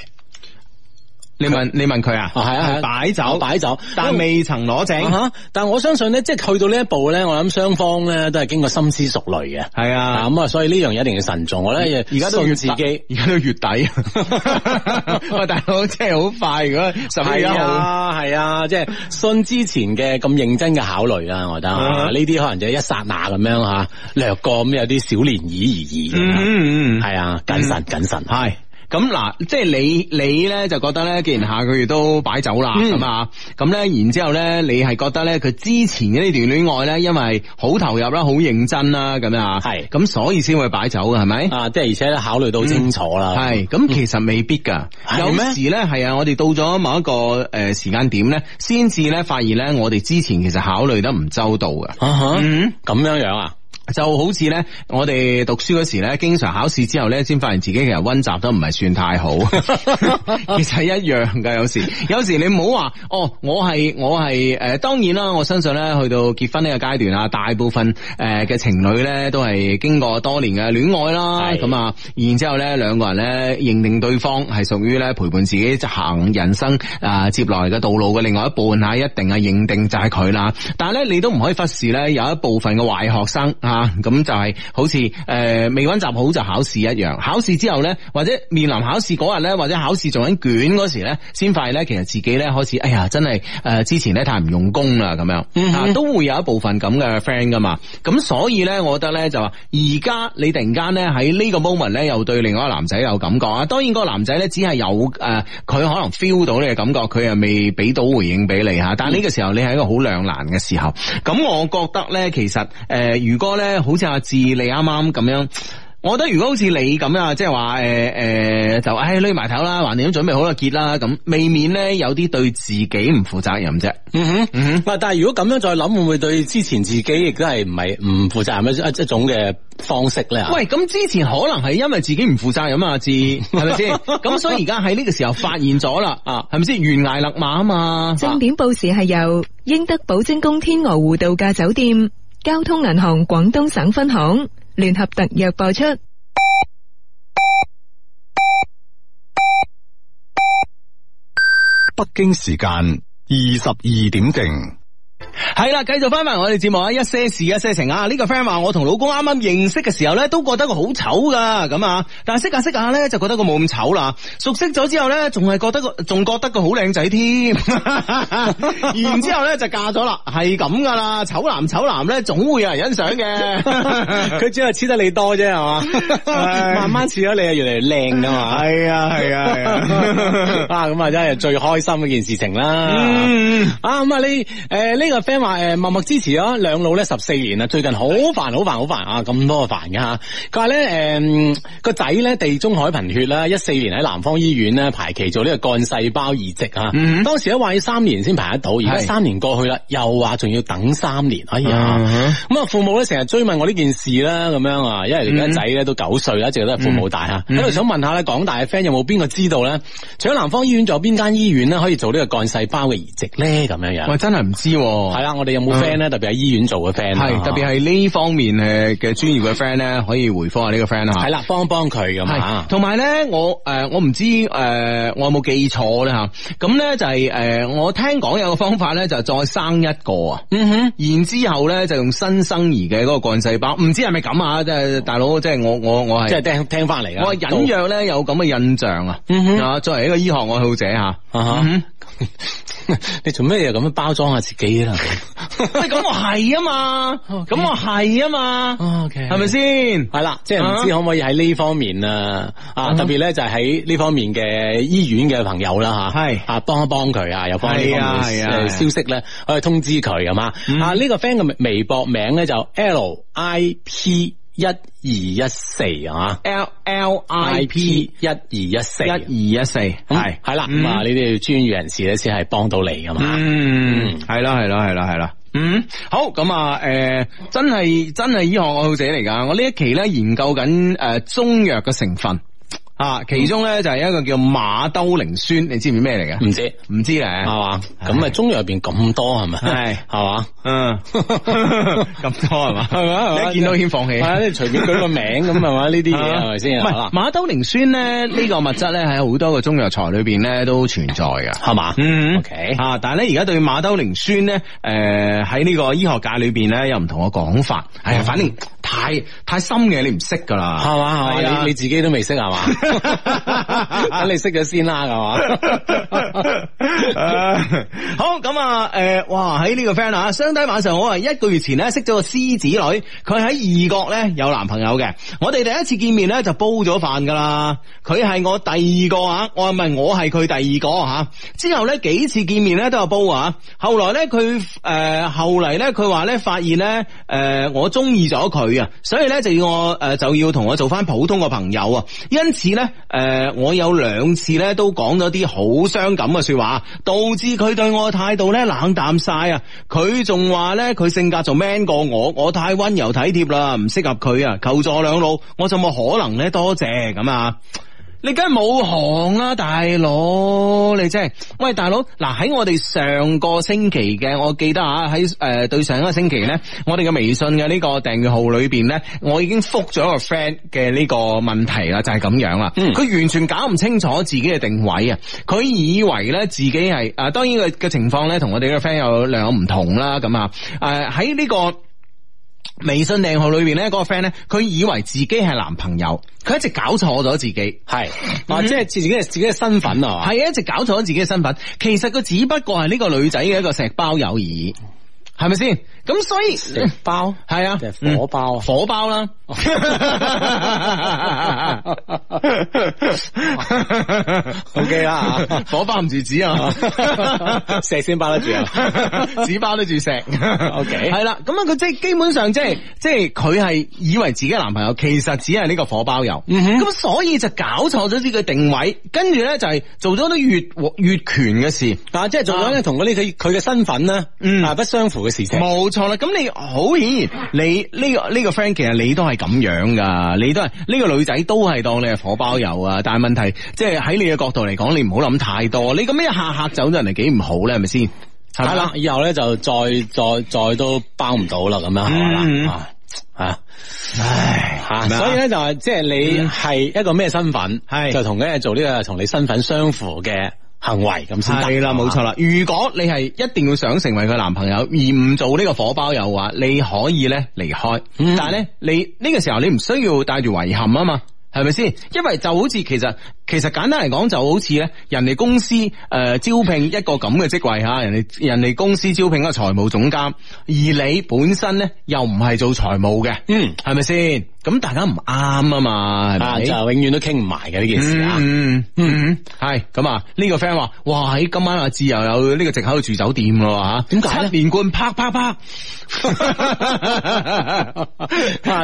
A: 你問你問佢啊？
C: 啊，系啊，
A: 擺酒，
C: 摆酒，
A: 但未曾攞
C: 啊
A: 證。
C: 哈但我相信咧，即係去到呢一步咧，我諗雙方咧都係經過深思熟慮嘅。
A: 係
C: 啊嗯
A: 啊，
C: 咁啊，所以呢樣嘢一定要慎重。我咧
A: 而家都
C: 信
A: 月
C: 自己
A: 底。，而家都月
C: (laughs)
A: 底。喂，大佬真係好快，如果十月一
C: 係
A: 號。
C: 啊，係啊，即係信之前嘅咁認真嘅考慮啦，我覺得啊
A: 啊
C: 呢啲可能就一剎那咁樣吓，略過咁有啲小漣漪而已咁樣。啊
A: 嗯嗯嗯，
C: 係啊，謹慎謹慎。
A: 系。啊咁嗱，即係你你咧就覺得咧，既然下個月都擺酒啦，
C: 嗯
A: 咁啊，咁咧然之後咧，你係覺得咧佢之前嘅呢段戀愛咧，因為好投入啦，好認真啦，咁樣啊，
C: 係
A: 咁所以先會擺酒嘅，係咪？
C: 啊，即係而且咧考慮到清楚啦，
A: 系，咁其實未必噶，
C: 係
A: 有
C: 咩
A: 時咧係啊，我哋到咗某一個呃诶时间点咧，先至咧發現咧，我哋之前其實考慮得唔周到噶。
C: 啊哈
A: 嗯，
C: 咁樣樣啊，
A: 就好似咧，我哋讀書嗰時咧，經常考試之後咧，先發現自己其實温習得唔係算太好，其實係一樣噶。有時，有時你唔好話，哦，我係我係誒、呃，當然啦，我相信咧，去到結婚呢個階段啊，大部分呃誒嘅、情侶咧，都係經過多年嘅戀愛啦，
C: 係
A: 咁啊，然之後咧，兩個人咧認定對方係屬於咧陪伴自己行人生啊、接落嚟嘅道路嘅另外一半嚇，一定係認定就係佢啦。但係咧，你都唔可以忽視咧，有一部分嘅壞學生嚇，啊咁、就係好似誒、呃未温習好就考試一樣，考試之後咧，或者面臨考試嗰日咧，或者考試做緊卷嗰時咧，先發現咧，其實自己咧開始，哎呀，真係誒、呃之前咧太唔用功啦咁樣，
C: 嗯哼
A: 啊都會有一部分咁嘅 friend 噶嘛。咁所以咧，我覺得咧就話，而家你突然間咧喺呢個 moment 咧，又對另外一個男仔有感覺啊。當然嗰個男仔咧只係有誒，呃佢、可能 feel 到你嘅感覺，啊佢又未俾到回應俾你嚇。呃但係呢個時候你係一個好兩難嘅時候。咁我覺得咧，其實誒、呃如果咧好似阿志你啱啱咁樣。我覺得如果好似你咁啊，即係話誒誒，就唉匿埋頭啦，橫掂都準備好啦結啦，咁未免咧有啲對自己唔負責任啫。
C: 嗯
A: 嗯
C: 哼，喂，但係如果咁樣再諗，會唔會對之前自己亦都係唔係唔負責任一一種嘅方式咧？
A: 喂，咁之前可能係因為自己唔負責任啊，至係咪先？咁所以而家喺呢個時候發現咗啦，啊，係咪先懸崖勒馬啊嘛？
D: 正點報時係由英德寶晶宮天鵝湖度假酒店、交通銀行廣東省分行聯合特約播出。
E: 北京時間二十二點正。
A: 係啦，繼續翻翻我哋節目啊，一些事一些情啊。呢、個 friend 話我同老公啱啱認識嘅時候咧，都覺得佢好醜噶咁啊，但係識下識下咧，就覺得佢冇咁醜啦。熟悉咗之後咧，仲係覺得佢仲覺得佢好靚仔
C: (laughs)
A: 添。然之後咧就嫁咗啦，係咁噶啦，醜男醜男咧總會有人欣賞嘅。
C: (laughs) 佢只係黐得你多啫，係
A: (laughs)
C: 嘛？慢慢黐咗
A: 啊
C: 你，越嚟越靚噶嘛。
E: 係啊係啊係啊，
A: (laughs)
C: (laughs) 啊，咁啊，真係最開心嘅一件事情啦。
E: 嗯
C: 啊咁啊，你诶呢個 friend 話诶默默支持咗兩老咧十四年啦，啊最近好煩好煩好煩啊，咁多個煩噶吓。佢話咧诶個仔咧地中海貧血啦，一四年喺南方醫院咧排期做呢個幹細胞移植啊。
A: 嗯
C: 當時咧話要三年先排得到，而家
A: 係
C: 三年過去啦，又話仲要等三年，哎呀！ (laughs) 咁啊，父母咧成日追問我呢件事啦，咁樣啊，因為而家仔咧都九歲啦，一直都係父母帶吓，喺度想問下咧，廣大嘅 friend 有冇邊個知道咧？除咗南方醫院，仲有邊間醫院咧可以做呢個幹細胞嘅移植咧？咁樣
A: 我
C: 樣。
A: 真係唔知喎、
C: 係啦，我哋有冇 friend 咧？特別喺醫院做嘅 friend，啊
A: 係特別係呢方面誒嘅專業嘅 friend 咧，可以回覆下呢個 friend
C: 係
A: 嚇。
C: 啦，幫幫佢咁
A: 係
C: 啊，
A: 同埋咧，我誒、呃我唔知誒、呃我有冇記錯咧嚇。咁咧就係、呃我聽講有個方法咧，就係再生一個啊。
C: 嗯哼，
A: 然之後咧就用新生兒嘅嗰個幹細胞，唔知係咪咁啊？即係大佬，即係我我我
C: 即係
A: 係
C: 聽聽翻嚟啊，
A: 我係隱約咧有咁嘅印象啊。
C: 嗯哼
A: 啊，作為一個醫學愛好者嚇。
C: 啊哈
A: 嗯
C: (laughs) 你做咩又咁樣包裝下自己啦
A: 喂，咁我係啊
C: (laughs)
A: 嘛，咁我係啊嘛，
C: ？O K，
A: 係咪先？
C: 系啦，即系
A: 啊
C: 唔知可唔可以喺呢方面啊，啊特別咧就係喺呢方面嘅醫院嘅朋友啦吓，
A: 係
C: 啊幫一幫佢啊，有幫呢方
A: 係
C: 面
A: 啊係啊嗯
C: 嘅
A: 係啊
C: 消息咧，可以通知佢咁啊。啊呢個 friend 嘅微博名咧就 L I P 一二一四啊
A: L L I P
C: 一二一四，
A: 一二一四
C: 係係啦，咁啊，你哋要專業人士咧先係幫到你噶嘛。
A: 嗯，系啦系啦系啦系啦。嗯，好咁啊，诶、真係真係醫學愛好者嚟㗎。我呢一期咧研究緊诶、呃中藥嘅成分啊，其中咧就係一個叫馬兜鈴酸，你知唔知咩嚟嘅？
C: 唔知
A: 唔知咧，
C: 係嘛？咁啊，中藥入边咁多係咪？
A: 係
C: 係嘛？
A: 嗯， (laughs) 咁多係嘛？
C: 係咪係
A: (laughs) 你
C: 咪
A: 一見到已經放
C: 係
A: 棄。
C: 啊，你隨便舉個名咁係嘛？呢啲嘢係咪先？
A: 啊唔
C: 係嘛
A: 係馬兜鈴酸咧，呢、個物質咧喺好多嘅中藥材裏边咧都存在㗎。
C: 係嘛？
A: 嗯
C: OK
A: 啊，但系咧而家對馬兜鈴酸咧，诶喺呢個醫學界裏边咧有唔同嘅講法，哎呀，反正太太深嘅你唔識噶啦，
C: 係嘛係
A: 係
C: 嘛，
A: 啊
C: 你
A: (laughs)
C: 你自己都未識係嘛？等你識咗先啦，係嘛？
A: 誒 (laughs) 好咁啊，诶，哇！喺呢個 friend 啊，相低晚上好啊，一個月前咧識咗個獅子女，佢喺異國咧有男朋友嘅，我哋第一次見面咧就煲咗飯噶啦，佢係我第二個啊，我唔係我係佢第二個吓、之後咧幾次見面咧都有煲啊，後來咧佢诶後嚟咧佢話咧發現咧诶、誒呃我中意咗佢啊，所以咧就要我诶、誒就要同我做翻普通嘅朋友啊，因此咧诶、誒我有兩次咧都講咗啲好傷感嘅说話，導致佢對我嘅態度咧冷淡晒啊，佢仲話咧佢性格仲 man 過我，我太温柔體貼啦，唔適合佢啊，求助兩老，我就冇可能咧多謝咁啊。你梗系冇行啦，大佬！你真系，喂，大佬，嗱喺我哋上個星期嘅，我記得啊，喺诶對上一個星期咧，我哋嘅微信嘅呢個訂閱號裏边咧，我已經覆咗一個 friend 嘅呢個問題啦，就係咁樣啦。
C: 嗯
A: 佢、完全搞唔清楚自己嘅定位啊！佢以為咧自己係啊，當然佢嘅情況咧同我哋嘅 friend 有略有唔同啦，咁啊，诶喺呢個。微信訂號裏边咧，嗰、個 friend 咧，佢以為自己係男朋友，佢一直搞錯咗自己。
C: 系
A: 嗯
C: 啊，即系自己嘅自己嘅身份啊，
A: 系一直搞錯咗自己嘅身份。其實佢只不過係呢個女仔嘅一個石包友而已，係咪先？咁所以
C: 食包
A: 係啊
C: 即，係火包啊，
A: 火包啦。 (laughs)
C: (laughs) OK 啦，
A: (laughs) 火包唔住紙啊！
C: (laughs) 石先包得住
A: (laughs)
C: 啊，
A: 纸包得住石。
C: OK
A: 系啦，咁啊，佢即系基本上即系即系佢系以为自己嘅男朋友，其实只系呢个火包友。
C: 嗯哼
A: 咁所以就搞错咗呢个定位，跟住咧就系做咗啲越越權嘅事。
C: 但係即系做咗咧同嗰啲佢佢嘅身份咧，
A: 嗯
C: 啊不相符嘅事情，
A: 冇錯啦，咁你好顯然，你呢、個呢、個 friend 其實你都係咁樣噶，你都係呢、個女仔都係當你係火包油啊！但係問題即係喺你嘅角度嚟講，你唔好諗太多，你咁樣一下嚇走咗人哋幾唔好咧，係咪先？
C: 系
A: 係咪
C: 啦，，以后咧就再再再都包唔到啦，咁样系
A: 嗯
C: 嘛啦，啊。
A: 唉，咩啊
C: 吓，
A: 嗯
C: 所以咧就係即係你係一個咩身份，
A: 係
C: 就同咧做呢個同你身份相符嘅行為咁先得。
A: 係啦，冇錯啦。如果你係一定要想成為佢男朋友，而唔做呢個火包油嘅話，你可以咧離開。
C: 嗯
A: 但係咧，你呢、個時候你唔需要帶住遺憾啊嘛。係咪先？因為就好似其實其實簡單嚟講，就好似咧人哋公司诶、呃招聘一個咁嘅職位吓，人哋人哋公司招聘一個財務總監，而你本身咧又唔係做財務嘅，
C: 嗯
A: 係咪先？咁大家唔啱啊嘛，係
C: 啊，
A: 咪
C: 就？永遠都傾唔埋嘅呢件事啊。
A: 嗯嗯，系咁啊！呢個 friend 話：，哇！喺今晚阿志又有呢個藉口去住酒店咯吓，
C: 點解咧
A: 七連冠啪啪啪！
C: 啊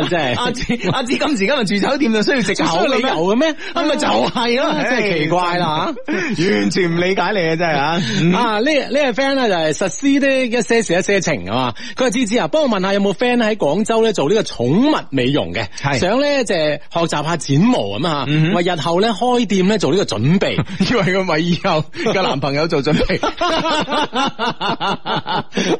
C: 真係
A: 阿志阿志今時今日住酒店就需要藉口
C: 需要理由嘅咩
A: 啊咪就係咯，真係奇怪啦啊完全唔理解你啊！真係啊！
C: 啊！呢呢個 friend 咧就係實施啲一些事一些情啊嘛。佢話：芝芝啊，幫我問下有冇 friend 喺廣州咧做呢個寵物美容嘅，
A: 係
C: 想咧就係學習下剪毛咁啊，
A: 嗯哼
C: 為日後咧開店咧做呢個準備。
A: (laughs) 以為佢為以後嘅男朋友做準備。 (laughs)
C: (laughs)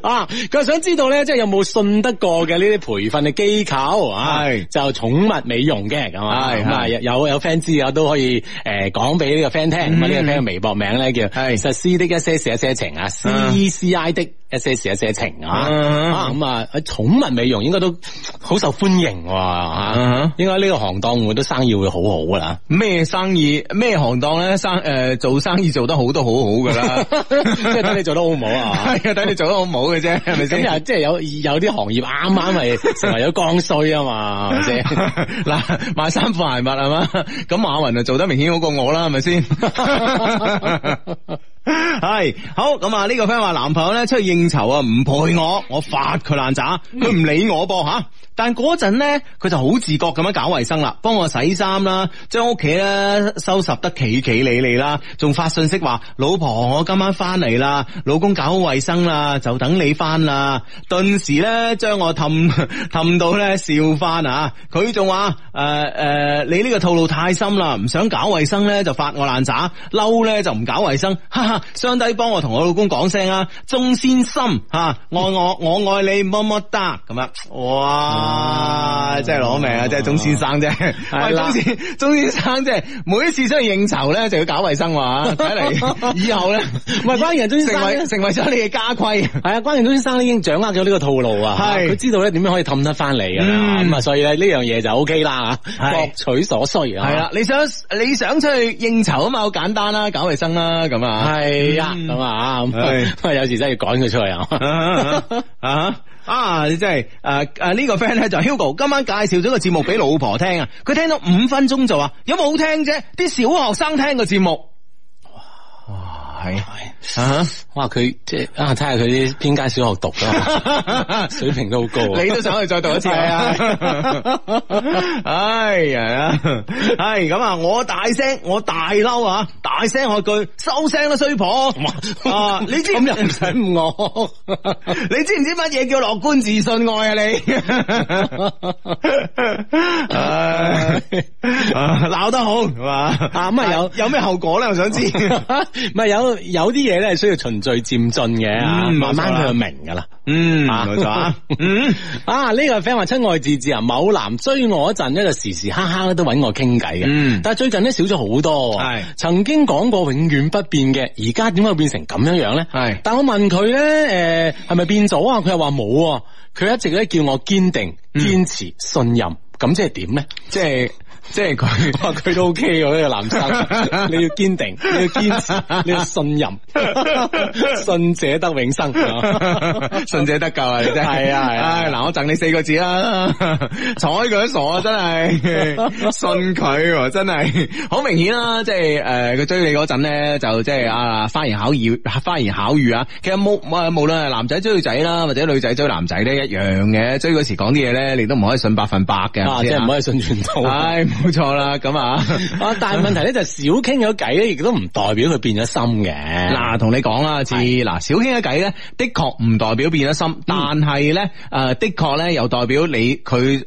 C: 啊，佢想知道咧，即系有冇信得過嘅呢啲培訓嘅機構啊？
A: 係
C: 就寵物美容嘅咁啊，
A: 係
C: 咁啊
A: 係嗯
C: 有有 friend 知啊，都可以诶讲俾呢個 friend 聽。咁啊呢個 friend 嘅微博名咧叫
A: 係
C: 實施的一些事一些情啊，C E C I 的一些事一些情啊，
A: 嗯
C: 啊咁啊寵物美容應該都好受歡迎喎
A: 嗯
C: 啊，應該呢個行當會都生意會好好噶啦。
A: 咩生意咩行當咧生诶、做生意做得好都好好噶 (laughs) 啦，
C: 即係睇你做得好唔好啊？
A: 系啊，睇你做得好唔好嘅啫，係咪
C: 咁
A: 先？
C: 又即係有有啲行業啱啱係成為咗剛需啊嘛，係 (laughs) 咪先？
A: 嗱，買衫褲鞋襪係嘛，咁馬雲啊做得明顯好過我啦，係咪先？系好咁啊！呢個 friend 話男朋友咧出去應酬啊，唔陪我，我發佢爛渣，佢唔理我噃吓。但嗰陣咧，佢就好自覺咁樣搞衛生啦，幫我洗衫啦，將屋企咧收拾得企企理理啦，仲發信息話：老婆，我今晚翻嚟啦，老公搞好衛生啦，就等你翻啦。頓時咧，將我氹 (laughs) 氹到咧笑翻啊！佢仲話：诶、诶、你呢個套路太深啦，唔想搞衛生咧就發我爛渣，嬲咧就唔搞衛生，哈哈！相低幫我同我老公講聲啊，鍾先心吓、啊，愛我我愛你么么哒咁啊！哇，真係攞命啊！真係鍾先生啫，
C: 係
A: 喂，
C: 啦
A: 鍾先鍾先生即係每一次出去應酬咧就要搞衛生話，睇嚟以後
C: (laughs)
A: 咧，
C: 唔係關鍵鍾先生
A: 成為
C: 呢
A: 成為咗你嘅家規。
C: 係啊，關鍵鍾先生已經掌握咗呢個套路啊，
A: 係
C: 佢知道咧點樣可以氹得翻嚟㗎啦，
A: 嗯
C: 咁啊，所以咧呢樣嘢就 O K 啦，各
A: 係
C: 取所需啊。
A: 系啦，你想你想出去應酬啊嘛，好簡單啦，搞衛生啦咁啊，
C: 係啊，咁啊，咁
A: 係
C: 有時真係要趕佢出去啊。
A: 啊啊啊！你真係诶诶呢個 friend 咧就 Hugo，今晚介紹咗個節目俾老婆聽啊，佢聽到五分鐘就話有冇好聽啫？啲小學生聽個節目，哇係啊！
C: 哇！佢即係啊，睇下佢啲邊間小學讀啦， (laughs) 水平都好高啊。
A: 你都想去再讀一次啊？哎呀，係咁啊！我大聲，我大嬲啊！大聲喝句，收聲啦，衰婆！啊，你知唔
C: 咁又唔使我，
A: (laughs) 你知唔知乜嘢叫樂觀自信愛啊你？唉啊鬧得好係嘛？
C: 啊咁啊有
A: 有咩後果咧？我想知。
C: (laughs) 唔係有有啲嘢咧係需要循序漸進嘅啊，
A: 嗯
C: 慢
A: 冇錯
C: 慢
A: 啦
C: 佢就明噶啦。
A: 嗯，
C: 啊
A: 冇錯啊。嗯，
C: 啊！呢、個 friend 話親愛自至啊，某男追我嗰陣咧，就時時刻刻咧都揾我傾偈嘅。
A: 嗯
C: 但係最近咧少咗好多喎。
A: 係
C: 曾經講過永遠不變嘅，而家點解會變成咁樣樣咧？
A: 係
C: 但我問佢咧，诶、係咪變咗啊？佢又話冇喎。佢一直咧叫我堅定、堅持、信任。咁即係點咧？
A: 嗯即係即係佢。
C: (laughs) 哇！佢都 OK 喎，呢、個男
A: (laughs)
C: 生，你要堅定，你要堅持，你要信任，信者得永生。
A: (laughs) 信者得救啊！你真係
C: 係啊係啊
A: 唉嗱，我贈你四個字 (laughs) 啦，睬啊佢都傻啊！真係信佢喎真係好明顯啦！即係诶，佢追你嗰陣咧，就即係啊花言巧語，花言巧語啊！其實冇啊，無論係男仔追女仔啦，或者女仔追男仔咧，一樣嘅。追嗰時講啲嘢咧，你都唔可以信百分百嘅，
C: 啊，即係唔可以信全套。
A: 唉，冇錯啦，咁
C: (laughs)
A: 啊。
C: 啊，但系问题咧就係少傾咗偈咧，亦都唔代表佢變咗心嘅。
A: 嗱，同你講啦，至嗱小傾一偈咧，的確唔代表變咗
C: 嗯
A: 心，但係咧诶，的確咧又代表你佢诶、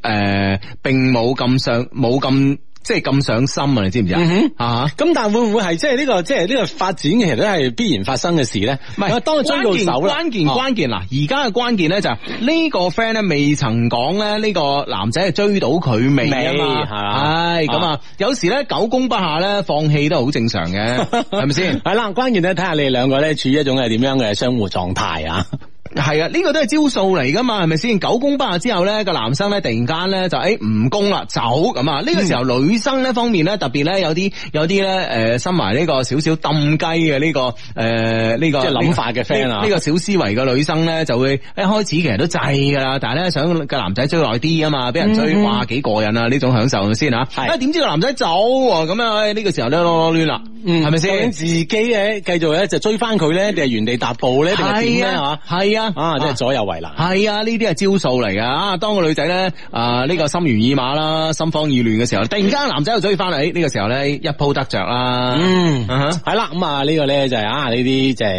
A: 呃、並冇咁上冇咁即係咁上心啊！你知唔知啊？
C: 嗯哼
A: 啊
C: 咁但係會唔會係即係呢個即係呢個發展嘅，其實都係必然發生嘅事咧？
A: 唔係，
C: 啊當佢追到手啦，
A: 關鍵
C: 哦
A: 關鍵嗱，而家嘅關鍵咧就係呢個 friend 咧未曾講咧呢個男仔係追到佢未啊
C: 未
A: 嘛，
C: 係嘛
A: 係咁
C: 啊
A: 啊，有時咧久攻不下咧，放棄都好正常
C: (laughs)
A: 嘅，係咪先？
C: 係啦，關鍵咧睇下你哋兩個咧處於一種係點樣嘅相互狀態
A: (laughs)
C: 啊！
A: 系啊，呢、個都係招數嚟噶嘛，係咪先？九攻不下之後咧，個男生咧突然間咧就诶唔攻啦，走咁啊！呢、個時候女生呢方面咧，特別咧有啲有啲咧诶，身埋呢個少少抌雞嘅呢個诶呢個
C: 即係諗法嘅 friend
A: 呢
C: 啊
A: 呢個小思維嘅女生咧就會一開始其實都制㗎啦，但係咧想個男仔追耐啲啊嘛，俾人追
C: 嗯
A: 哇幾過癮啊！呢種享受係咪先吓，
C: 係
A: 啊點知個男仔走喎咁啊？哎呢個時候咧囉囉攣啦，嗯係咪
C: 嗯究竟
A: 先？
C: 自己咧繼續咧就追翻佢咧，定係原地踏步咧，定係點咧
A: 係
C: 吓
A: 啊？，係啊，
C: 啊，即係左右為難。
A: 系啊，呢啲係招數嚟噶。啊當個女仔咧，啊呢個心猿意馬啦，心慌意亂嘅時候，突然間男仔又追翻嚟，呢個時候咧一鋪得着啦。
C: 嗯，
A: 啊哈
C: 系啦，咁啊呢個咧就係啊呢啲就係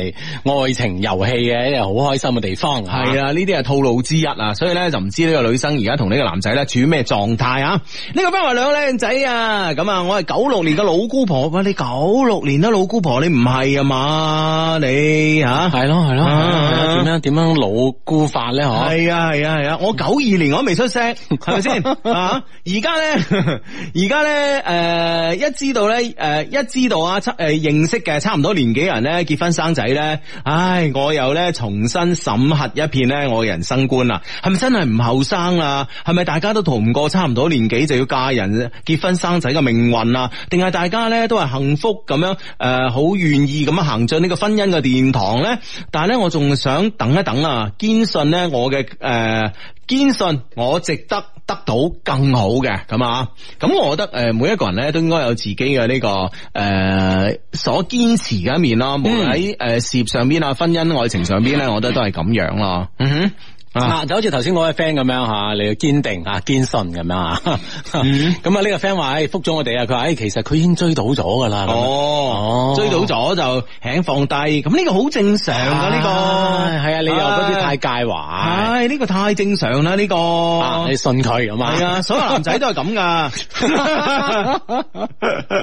C: 愛情遊戲嘅一個好開心嘅地方，
A: 係啊，呢啲係套路之一啊，所以咧就唔知呢個女生而家同呢個男仔咧處於咩狀態啊？呢、個 friend 話兩靚仔啊，咁啊，我係九六年嘅老姑婆，喂，你九六年都老姑婆，你唔係啊嘛，你吓？
C: 系咯系咯，
A: 啊
C: 係咯點樣點樣老姑法咧？嗬，
A: 系啊系啊系啊！我九二年我都未出聲，係咪先啊？而家咧， (laughs) 而家咧，诶、一知道咧，诶、一知道啊，诶、认識嘅差唔多年紀人咧，結婚生仔咧，唉，我又咧重新審核一遍咧我嘅人生觀啦，係咪真係唔後生啊？係咪大家都逃唔過差唔多年紀就要嫁人、結婚生仔嘅命運啊？定係大家咧都係幸福咁樣诶，好、願意咁樣行進呢個婚姻嘅殿堂咧？但係咧，我仲想等一等啊，堅信咧我嘅诶，坚、堅信我值得。得到更好嘅咁啊，咁我覺得诶、呃每一個人咧都應該有自己嘅呢、個个呃所堅持嘅一面啦，無論喺
C: 嗯
A: 诶事業上邊啊、婚姻、愛情上邊啊咧，我覺得都係咁樣咯。嗯哼，啊
C: 啊，就好似頭先我嘅 friend 咁樣吓，你要堅定啊，堅信咁樣啊。 (laughs) 咁啊
A: 嗯
C: 呢個 friend 話，诶，覆咗我哋啊，佢話，诶，其實佢已經追到咗噶啦。咁樣
A: 哦
C: 哦，
A: 追到咗就輕放低，咁呢個好正常噶呢、個，
C: 啊唉係啊，你又不知太介懷，
A: 唉呢、個太正常啦呢、個。
C: 啊你信佢咁啊？
A: 系啊， (laughs) 所有男仔都系咁
C: (laughs)
A: 噶。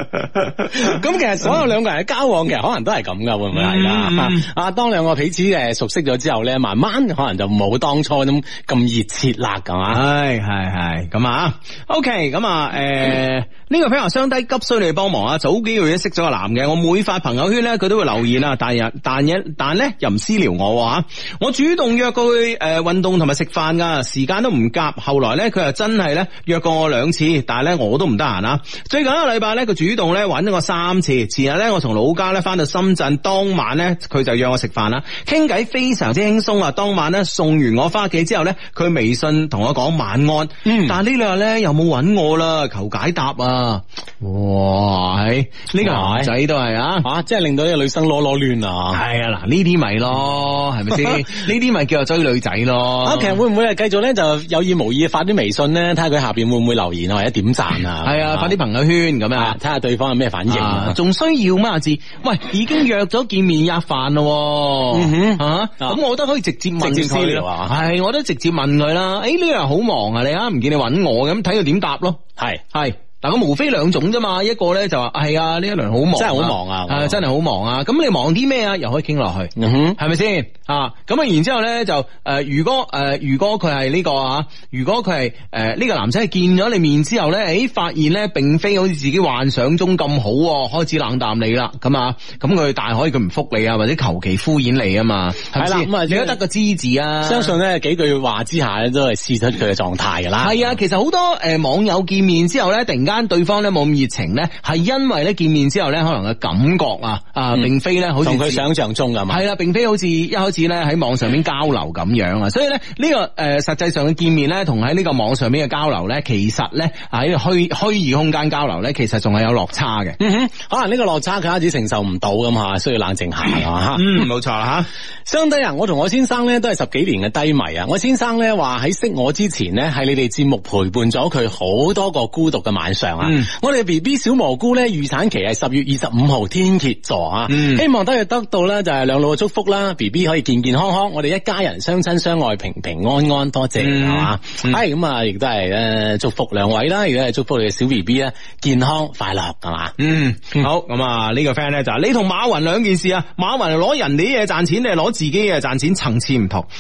C: 咁其實所有兩個人嘅交往，其實可能都係咁噶，會唔會係啦啊
A: 嗯？
C: 呃啊，當兩個彼此誒熟悉咗之後咧，慢慢可能就冇當當初咁咁啊熱切啦，係嘛？
A: 唉，系系咁啊，OK，咁啊，诶、呢、個个 friend 話相低急需你幫忙啊！早幾個月識咗個男嘅，我每發朋友圈咧，佢都會留言啊，但日但日但咧又唔私聊我吓、啊，我主動約過佢诶运动同埋食飯噶，時間都唔夾。後來咧佢又真係咧約過我兩次，但係咧我都唔得閒啊。最近一個禮拜咧，佢主動咧揾咗我三次，前日咧我從老家咧翻到深圳，當晚咧佢就約我食飯啦，傾偈非常之輕鬆啊！當晚咧送完我翻屋企之後咧，佢微信同我講晚安，
C: 嗯
A: 但呢兩日咧又冇揾我啦，求解答啊！哇，係呢、個男仔都係啊！
C: 啊，即係令到呢個女生攞攞亂啊！
A: 係啊，嗱呢啲咪咯，係咪 (laughs) 先？呢啲咪叫做追女仔咯。
C: 啊，其實會唔會係繼續咧就有意無意發啲微信咧，睇下佢下邊會唔會留言啊，或者點讚啊？
A: 係啊，發啲朋友圈咁
C: 啊
A: 樣，。
C: 睇下對方有咩反應
A: 啊
C: 啊。
A: 仲需要咩啊字？喂，已經約咗見面吔飯咯喎，
C: 嗯哼
A: 啊
C: 啊
A: 咁我覺得可以直接問
C: 直接私
A: 佢
C: 聊
A: 啦
C: 啊，
A: 係，我都直接問佢啦。哎誒呢樣好忙啊，你啊唔見你揾我咁，睇佢點答咯。
C: 係。
A: 系。嗱，咁無非兩種啫嘛，一個咧就話係啊，呢一輪好忙啊，
C: 真係好忙啊
A: 係真係好忙啊。咁你忙啲咩啊？又可以傾落去，
C: 嗯哼，
A: 係咪先啊？咁啊，然之後咧就誒、呃如果誒、呃如果佢係呢個啊，如果佢係誒呢個男仔係見咗你面之後咧，誒發現咧並非好似自己幻想中咁好喎，開始冷淡你啦，咁啊，咁佢大可以佢唔覆你啊，或者求其敷衍你啊嘛，係咪
C: 係啦
A: 先？
C: 咁啊
A: 你都得個知字啊，
C: 相信咧幾句話之下咧都係試出佢嘅狀態㗎啦。
A: 系啊，其實好多诶、呃、网友見面之後咧，突然間對方咧冇咁熱情咧，係因為咧見面之後咧，可能嘅感覺啊啊，
C: 嗯
A: 并非咧好似
C: 同佢
A: 自
C: 想象中㗎嘛。
A: 係啦，並非好似一開始咧喺網上面交流咁樣啊，所以咧呢、個个诶、呃、实际上嘅見面咧，同喺呢個網上面嘅交流咧，其實咧喺虛虛擬空間交流咧，其實仲係有落差嘅。
C: 嗯哼，可能呢個落差佢一直承受唔到咁吓，需要冷靜下啊吓。
A: 嗯，冇錯啦
C: 相低啊，我同我先生咧都係十幾年嘅低迷啊。我先生咧話喺識我之前咧，係你哋節目陪伴咗佢好多個孤獨嘅晚上啊。
A: 嗯
C: 我哋 B B 小蘑菇咧預產期係十月二十五號天蝎座啊，
A: 嗯
C: 希望都係得到咧就係兩老嘅祝福啦，B B 可以健健康康，我哋一家人相親相愛，平平安安，多謝係嘛。
A: 嗯
C: 係咁啊，亦都係诶祝福兩位啦，亦都係祝福你嘅小 B B 咧健康快樂係嘛。
A: 嗯，好咁啊！呢、個 friend 咧就係你同馬雲兩件事啊，馬雲係攞人哋啲嘢賺錢，你係攞自己嘅賺錢，層次唔同。 (laughs)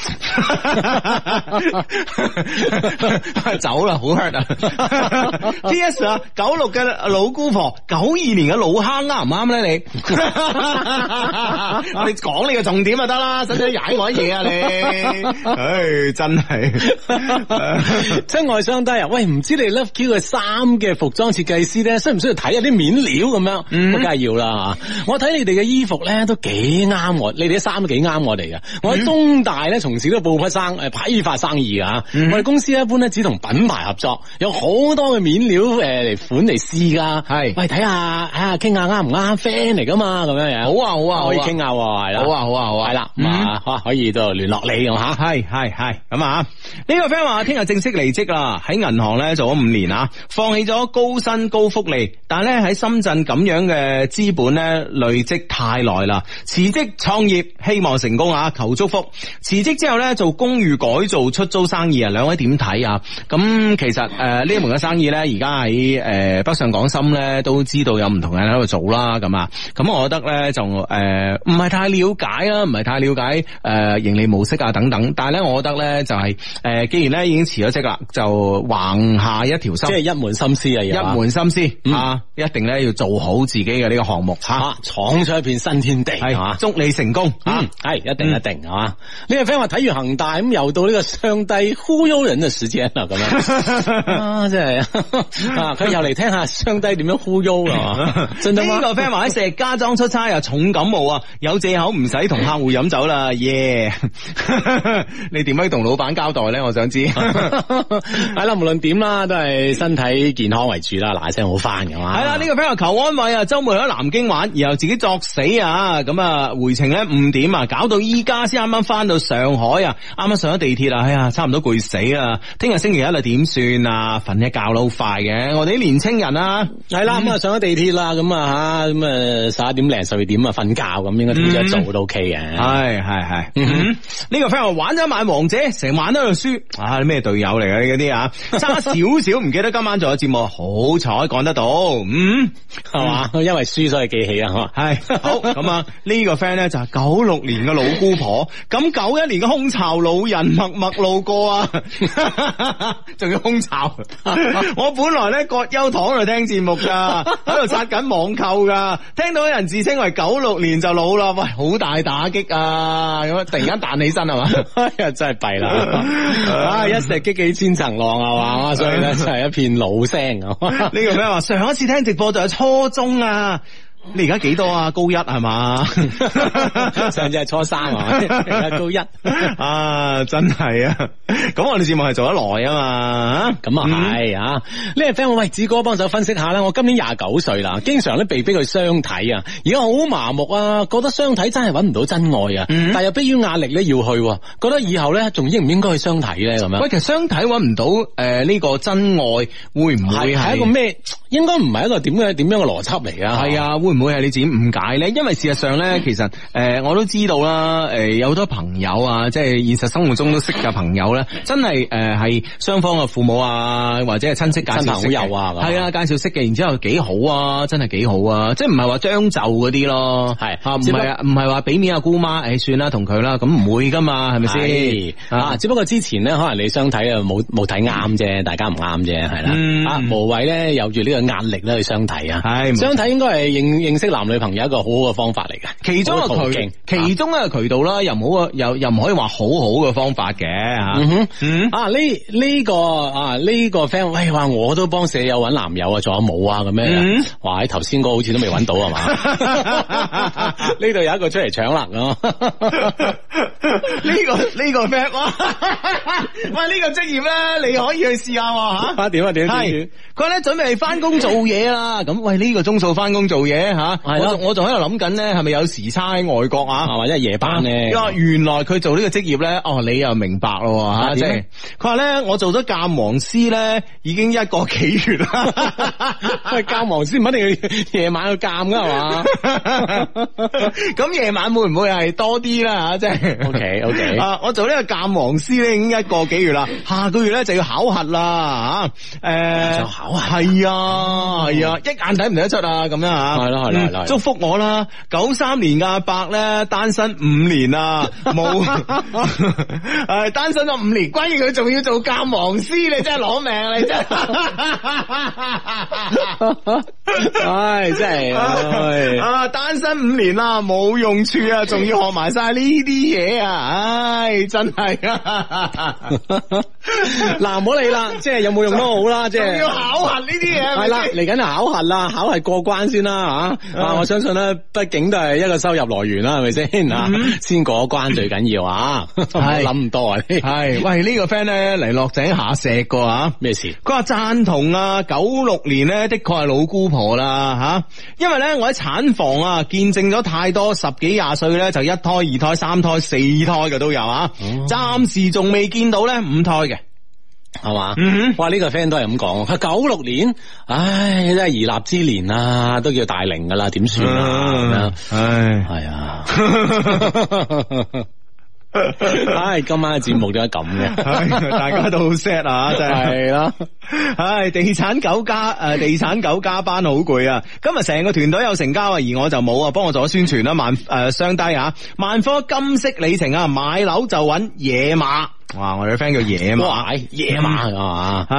A: 走啦，好 hurt 啊！P.S. (laughs) 啊，九六嘅老姑婆，九二年嘅老坑啱唔啱咧？你 (laughs) 你講你嘅重點就得啦，使唔使踩我啲嘢啊你？唉，真
C: (laughs)
A: 係。
C: 真愛相低啊！喂，唔知你 Love Q 嘅衫嘅服裝設計師咧，需唔需要睇下啲面料咁樣？
A: 嗯
C: 咁梗係要啦我睇你哋嘅衣服咧都幾啱我，你哋啲衫都幾啱我哋嘅。我
A: 嗯
C: 喺中大咧從事呢個布匹生誒批發生意啊，我哋公司一般咧只同品牌合作，有好多嘅面料誒嚟款嚟試㗎。
A: 係
C: 喂睇下啊，傾下啱唔啱 friend 嚟㗎嘛，咁樣樣。
A: 好啊好啊好啊
C: 可以傾下喎，係啦。
A: 好啊好啊好啊
C: 係啦，咁啊嚇可以就聯絡你咁嚇。
A: 系系系咁啊！呢個 friend 話聽日正式離職啦，喺銀行咧做咗五年啊，放棄咗高薪高福利，但咧喺深圳咁樣嘅資本咧累積太耐啦，辭職創業希望成功啊！求祝福。辭職之後咧做公寓改造出租生意啊，兩位點睇啊？咁其實诶呢、門嘅生意咧，而家喺诶北上廣深咧都知道有唔同人喺度做啦，咁啊，咁我覺得咧就诶唔係太了解啦，唔係太了解诶、呃盈利模式啊等等，但係咧我覺得咧就係呃既然咧已經辭咗職啦，就橫下一條心
C: 即。係一門心思啊，而
A: 一
C: 家
A: 門心思、
C: 嗯
A: 啊，一定咧要做好自己嘅呢個項目吓，
C: 啊，闯出一片新天地，
A: 係
C: 係嘛？
A: 祝你成功吓。
C: 啊，系一定一
A: 嗯
C: 定，係嘛？呢個 friend 話睇完恒大咁，又到呢個上帝忽悠人嘅時間啦，咁
A: (laughs)
C: 樣啊，真係 (laughs) 啊，佢又嚟聽下上帝點樣忽悠啦，
A: (laughs)
C: 真得
A: 呢個
C: 嗎？
A: friend 話喺石家莊出差啊，重感冒啊，有借口唔使同客戶飲酒啦，耶！ (laughs) 你點樣同老闆交代咧？我想知。
C: 係啦，無論點啦，都係身體健康為主啦，嗱一聲好啊翻嘅嘛。
A: 系啦，呢、個 friend 話求安慰啊，周末喺南京玩，然後自己作死啊，咁啊回程咧五點啊，搞到依家先啱啱翻到上海啊，啱啱上咗地鐵啊，哎呀，差唔多攰死啊，聽日星期一啦，點算啊？瞓一覺啦，好快嘅，我哋啲年青人啊，
C: 系啦，咁啊上咗地鐵啦，咁啊吓，咁啊十一點零十二點啊瞓覺咁，應該點咗一早都 OK 嘅。
A: 系系
C: 嗯
A: 哎系，
C: 哼
A: 呢個 friend 話玩咗一晚王者，成晚都喺度輸，啊啲咩隊友嚟嘅呢啲啊，差少少唔記得今晚仲有節目，好彩趕得到，嗯。
C: 系 (laughs) 嘛？因為輸所以記起啊，係嘛？
A: 系好咁啊！呢個 friend 咧就係九六年嘅老姑婆，咁九一年嘅空巢老人默默路過啊， (laughs) 仲要空巢。我本來咧葛優躺喺度聽節目
C: (laughs)
A: 噶，喺度刷緊網購噶，聽到有人自稱為九六年就老啦，喂，好大打擊啊！咁啊，突然間彈起身係嘛？
C: (laughs) 哎呀，真係弊
A: (laughs)
C: 啦！啊，一石激起千層浪啊係嘛？所以
A: (laughs)
C: 咧就係一片老聲啊。
A: 呢個 friend 話上一次聽直播就係初中啊，你而家幾多啊？高一係嘛？
C: (laughs) 上次係初三啊，而家高一。
A: (laughs) 啊，真系啊！咁我哋节目系做得耐啊嘛，
C: 咁啊係啊！呢個 friend 話喂，志哥幫手分析下啦，我今年廿九歲啦，經常咧被逼去相睇啊，而家好麻木啊，覺得相睇真係揾唔到真愛啊，
A: 嗯
C: 但又迫於壓力咧要去喎，覺得以後咧仲應唔應該去相睇咧咁樣
A: 喂，？其实相睇揾唔到诶呢个真爱，会唔
C: 系
A: 会
C: 系
A: 系
C: 一個？咩？應該唔係一個點嘅點樣嘅邏輯嚟啊？
A: 系啊，會唔會係你自己誤解咧？因為事實上咧，其實诶、呃我都知道啦，诶、有好多朋友啊，即係現實生活中都識嘅朋友咧，真係诶係雙方嘅父母啊，或者係親戚介紹識
C: 親朋好友啊
A: 系啊，介紹識嘅，然之后幾好啊，真係幾好啊，即係唔係話將就嗰啲咯，
C: 係
A: 啊，唔
C: 只不
A: 係啊，唔係話俾面阿姑媽，诶、算啦，同佢啦，咁唔會噶嘛，係咪
C: 係
A: 先
C: 啊，？只不過之前咧，可能你相睇啊，冇冇睇啱啫，大家唔啱啫，係啦、
A: 嗯
C: 啊，無謂咧有住呢個壓力咧去相睇啊，
A: 係冇錯
C: 相睇應該係認認識男女朋友一個好好嘅方法嚟嘅，
A: 其中一
C: 好
A: 個
C: 嘅途
A: 渠
C: 徑，
A: 其中一個渠道啦，又唔好啊，又又唔可以話好好嘅方法嘅吓。
C: 嗯哼。
A: 嗯
C: 啊呢呢、個啊呢、個 friend，喂話我都幫舍友揾男友啊，仲有冇啊咁
A: 嗯
C: 樣？哇！喺頭先個好似都未揾到係嘛？
A: (laughs)
C: 呢度有一個出嚟搶啦咁。 (laughs)
A: 呢、個呢、個 friend，哇喂呢、個職業咧，你可以去試下喎
C: (laughs)
A: 吓。
C: 啊點啊點啊點
A: 係佢咧準備翻工做嘢啦，咁喂呢、個鐘數翻工做嘢吓，我
C: 係咯
A: 仲我仲喺度諗緊咧，係咪有時差喺外國啊
C: 啊？或者係夜班咧。
A: 啊原來佢做呢個職業咧，哦，你又明白咯吓，
C: 啊
A: 即
C: 點
A: 係
C: 咧
A: 佢話咧，我做咗鑑黃師咧，已經一個幾月啦。
C: (laughs) 喂，教忙先唔一定要夜晚去鑑噶係嘛？ (laughs)
A: 咁夜晚會唔會係多啲啦？吓，即係
C: OK，OK
A: 啊，我做呢個鑑黃師咧已經一個幾月啦，下個月咧就要考核啦吓。诶，
C: 就考核哦
A: 係啊係啊，一眼睇唔睇得出啊咁樣啊。
C: 係咯係咯係咯
A: 嗯祝福我啦！九三年嘅阿伯咧單身五年啊，冇 (laughs) 诶單身咗五年，關於佢仲要做鑑黃師，你真係攞命啊！你真係。
C: 唉，真係唉
A: (laughs) 啊，单身五年啦，冇用处啊，仲要学埋晒呢啲嘢
C: (laughs)
A: 啊，唉，真系啊，
C: 嗱，唔好理啦，即係有冇用都好啦，即
A: 仲要 (laughs)
C: 係。
A: 考核呢啲嘢，
C: 係啦，嚟緊考核啦，考核過關先啦吓。啊，我相信咧，畢竟都係一個收入來源啦，係咪
A: 嗯
C: 先啊？先過關最緊要啊，唔好 (laughs) 諗咁多啊。呢
A: 系喂呢、個个 friend 咧嚟落井下石個啊。
C: 咩事？
A: 佢話贊同啊，九六年呢，的確係老姑婆啦吓、因為呢，我喺產房啊見證咗太多十幾廿歲呢，就一胎、二胎、三胎、四胎嘅都有啊，暫時仲未見到呢五胎嘅，
C: 係嘛
A: 嗯？
C: 哇！呢個 friend 都係咁講，佢九六年，唉，真係而立之年啊，都叫大齡噶啦，點算
A: 嗯
C: 啊？
A: 唉。
C: 系
A: (laughs)
C: 啊。唉，今晚嘅節目點解咁嘅？
A: 唉 (laughs) 大家都好 sad (laughs) 啊，真係。
C: 係啦，
A: 唉，地產九加诶，地產九加班好攰啊！今日成個團隊有成交啊，而我就冇啊，幫我做咗宣傳啦，萬诶雙低啊，萬科金色里程啊，買樓就揾野馬。哇！我哋 friend 叫野馬。
C: 哇，野馬啊嘛，
A: 系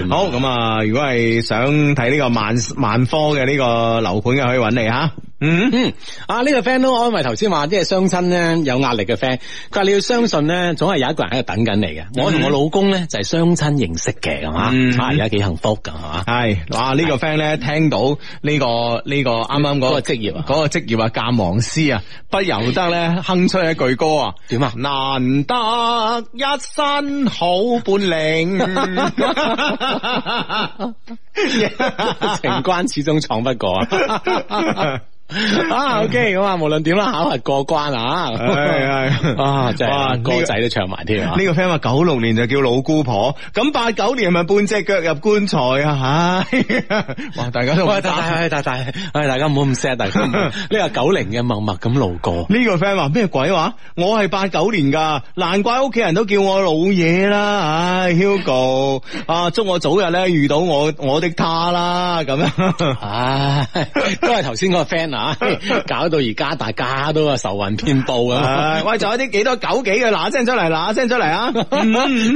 C: 掂
A: 好咁啊！如果係想睇呢個萬萬科嘅呢個樓盤嘅，可以揾你吓。嗯，
C: 嗯，啊呢、個 friend 都安慰頭先話，即係相親咧有壓力嘅 friend，佢話你要相信咧，總係有一個人喺度等緊你嘅。我同我老公咧就係相親認識嘅，係嘛，
A: 嗯
C: 啊而家幾幸福㗎，係嘛。
A: 係哇！呢個 friend 咧聽到呢個呢個啱啱嗰
C: 嗰
A: 個
C: 個職業啊
A: 嗰個職業啊，鑑黃師啊，不由得咧哼出一句歌啊。
C: 點
A: (laughs)
C: 啊？
A: 难得一身好本 (laughs) 領， (laughs)
C: 情關始終闖不過啊！啊，OK，咁啊，無論點啦，考核過關啊，
A: 係係
C: 啊， (laughs) 真
A: 哎哇
C: 係
A: 呢個
C: 歌仔都唱埋添啊
A: 呢。個 friend 話九六年就叫老姑婆，咁八九年係咪半隻腳入棺材啊？唉，哇！大家 (laughs) 都
C: 喂，大大大大，喂，大家唔好咁 sad，大家
A: (laughs)
C: 唔好呢個九零嘅默默咁路過，
A: 呢個 friend 話咩鬼話？我係八九年㗎，難怪屋企人都叫我老嘢啦。唉，Hugo 啊，祝我早日咧遇到我我的他啦，咁樣。
C: 唉，都係頭先嗰個 friend 啊，搞到而家大家都啊愁雲遍布啊。
A: (laughs) 唉
C: (laughs)
A: 喂，仲有啲幾多九幾嘅嗱聲出嚟，嗱聲出嚟啊！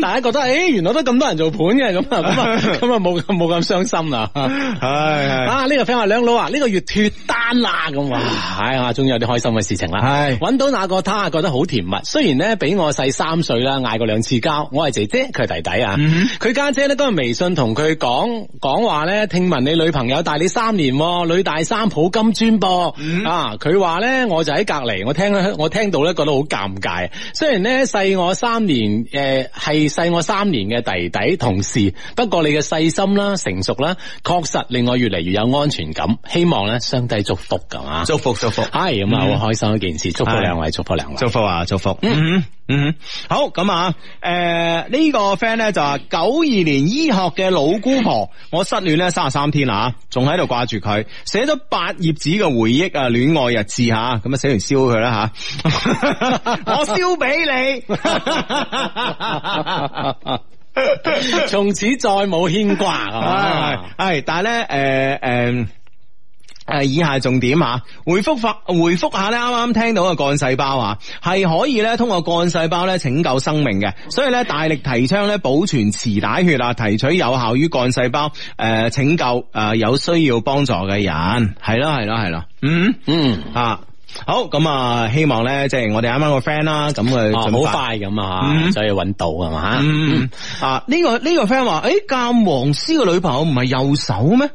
C: 大家覺得，誒、原來都咁多人做盤嘅，咁
A: (laughs)
C: 啊，咁啊，咁啊，冇咁冇咁傷心啦。
A: 唉
C: 啊！呢、個 friend 話兩老啊，呢、個月脱單啦咁哇！唉啊，終於有啲開心嘅事情啦。
A: 係
C: 揾到那個他，覺得好甜蜜。雖然咧比我細三歲啦，嗌過兩次交，我係姐姐，佢係弟弟啊。佢家姐咧都係微信同佢講講話咧，聽聞你女朋友大你三年喎，女大三抱金磚噃。啊，佢話咧我就喺隔離，我聽我聽到咧覺得好尷尬。雖然咧細我三年，誒係細我三年嘅弟弟同事，不過你嘅細心啦、成熟啦，確實令我越嚟越有安全感。希望咧相低祝福咁啊！
A: 祝福祝福。
C: 係咁啊，好開心一件事，祝福
A: 係
C: 兩位，祝福兩位。
A: 祝福啊，祝福。嗯嗯，好咁啊，诶、呢、個 friend 咧就話九二年醫學嘅老姑婆，我失戀咧三十三天啦，啊仲喺度掛住佢，寫咗八頁紙嘅回憶啊，戀愛日誌吓，咁啊寫完燒佢啦吓， (laughs) 我燒俾你。
C: 從此再冇牽掛
A: (laughs)
C: 啊！
A: 系系，但系咧，诶、诶。诶，以下重點啊，回覆法回覆下咧，啱啱聽到嘅幹細胞啊，係可以咧通過幹細胞咧拯救生命嘅，所以咧大力提倡咧保存臍帶血啊，提取有效於幹細胞誒、呃拯救誒、呃有需要幫助嘅人，係咯係咯係咯，嗯
C: 嗯，
A: 啊，好咁啊，希望咧即係我哋啱啱個 friend 啦，咁佢
C: 啊好
A: 盡快
C: 快咁啊，
A: 嗯
C: 所以揾到啊嘛。
A: 嗯啊，呢、個呢、個 friend 話，誒鑑黃師嘅女朋友唔係右手咩？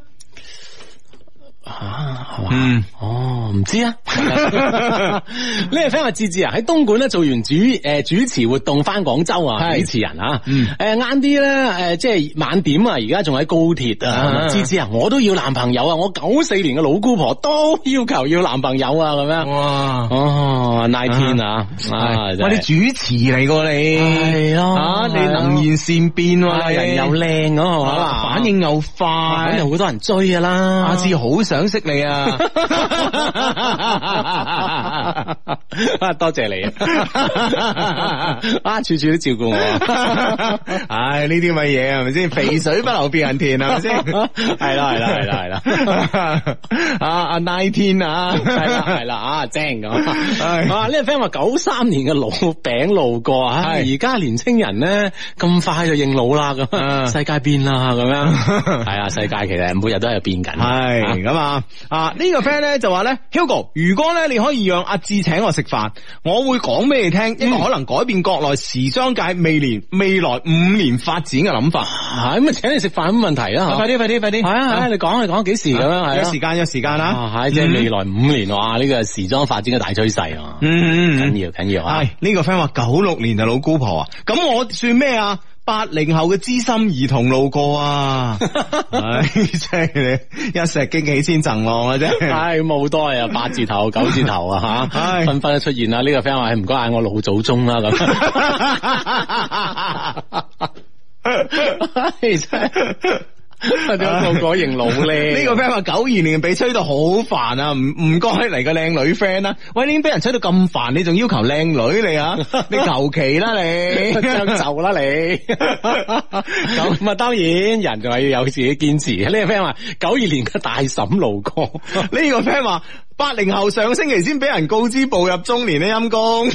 C: 啊，係嘛？
A: 嗯，
C: 哦，唔知啊。 (laughs) 呢位 friend 話志志啊，喺東莞咧做完主誒、呃主持活動翻廣州啊，
A: 係
C: 主持人啊，
A: 嗯
C: 誒晏啲咧誒即係晚點啊，而家仲喺高鐵啊
A: 啊，
C: 志志啊，我都要男朋友啊，我九四年嘅老姑婆都要求要男朋友啊，咁
A: 嗯
C: 樣。
A: 哇！
C: 哦，那天啊，啊，
A: 係
C: 真
A: 喂，你
C: 係
A: 主持嚟噶你，
C: 係咯
A: 啊你
C: 係咯
A: 能言善辯喎，
C: 啊
A: 你
C: 人又靚啊，係嘛，
A: 哎啊反應又啊
C: 肯
A: 快
C: 定，好多人追噶啦，
A: 阿志好想識你啊！ (laughs)
C: 啊，多謝你啊！啊，處處都照顧我。
A: 唉，呢啲咪嘢係咪先？肥水不流別人田係咪先？
C: 係啦係啦係啦
A: 啦，啊阿 nineteen 啊，
C: 係啦係啦啊，正咁
A: 係
C: 啊！呢個 friend 話九三年嘅老餅路過啊，
A: 係
C: 而家年青人咧咁快就認老啦，
A: 嗯
C: 咁世界變啦，咁樣係啊，世界其實每日都喺度變緊。
A: 系咁啊！啊呢個 friend 咧就話咧，Hugo，如果咧你可以讓阿志請我食飯，我會講俾你聽一個可能改變國內時裝界未年未來五年發展嘅諗法。
C: 啊咁啊，請你食飯有乜問題啦？嚇
A: 啲，啊快啲，快啲
C: 係啊，係啊，你講你講幾時咁樣係
A: 有
C: 啊
A: 時間，有時間啦。
C: 啊，係即係
A: 嗯
C: 未來五年哇！呢個時裝發展嘅大趨勢啊，
A: 嗯
C: 緊要緊要啊！
A: 系呢個 friend 話九六年就老姑婆啊，咁我算咩啊？八零後嘅資深兒童路過 (laughs) 啊，唉，真係你一石激起千層 (laughs) 浪啊，真係。
C: (laughs) 唉，咁好多啊，八字頭、九字頭
A: (laughs)
C: 啊吓，
A: 唉
C: 紛紛都出現啦。呢、個 friend 話：唉唔該嗌我老祖宗啦
A: (laughs)
C: 咁。唉，真係點解個個認老咧？
A: 呢個 friend 話九二年俾吹到好煩啊，唔唔該嚟個靚女 friend 啦，喂你已經俾人吹到咁煩，你仲要求靚女你啊？你求其啦你，
C: (laughs) 將就啦你，咁啊當然人就係要有自己堅持。呢、個 friend 話九二年嘅大嬸路過， (laughs)
A: 呢個 friend 話八零後上星期先俾人告知步入中年呢陰
C: (laughs)
A: 公，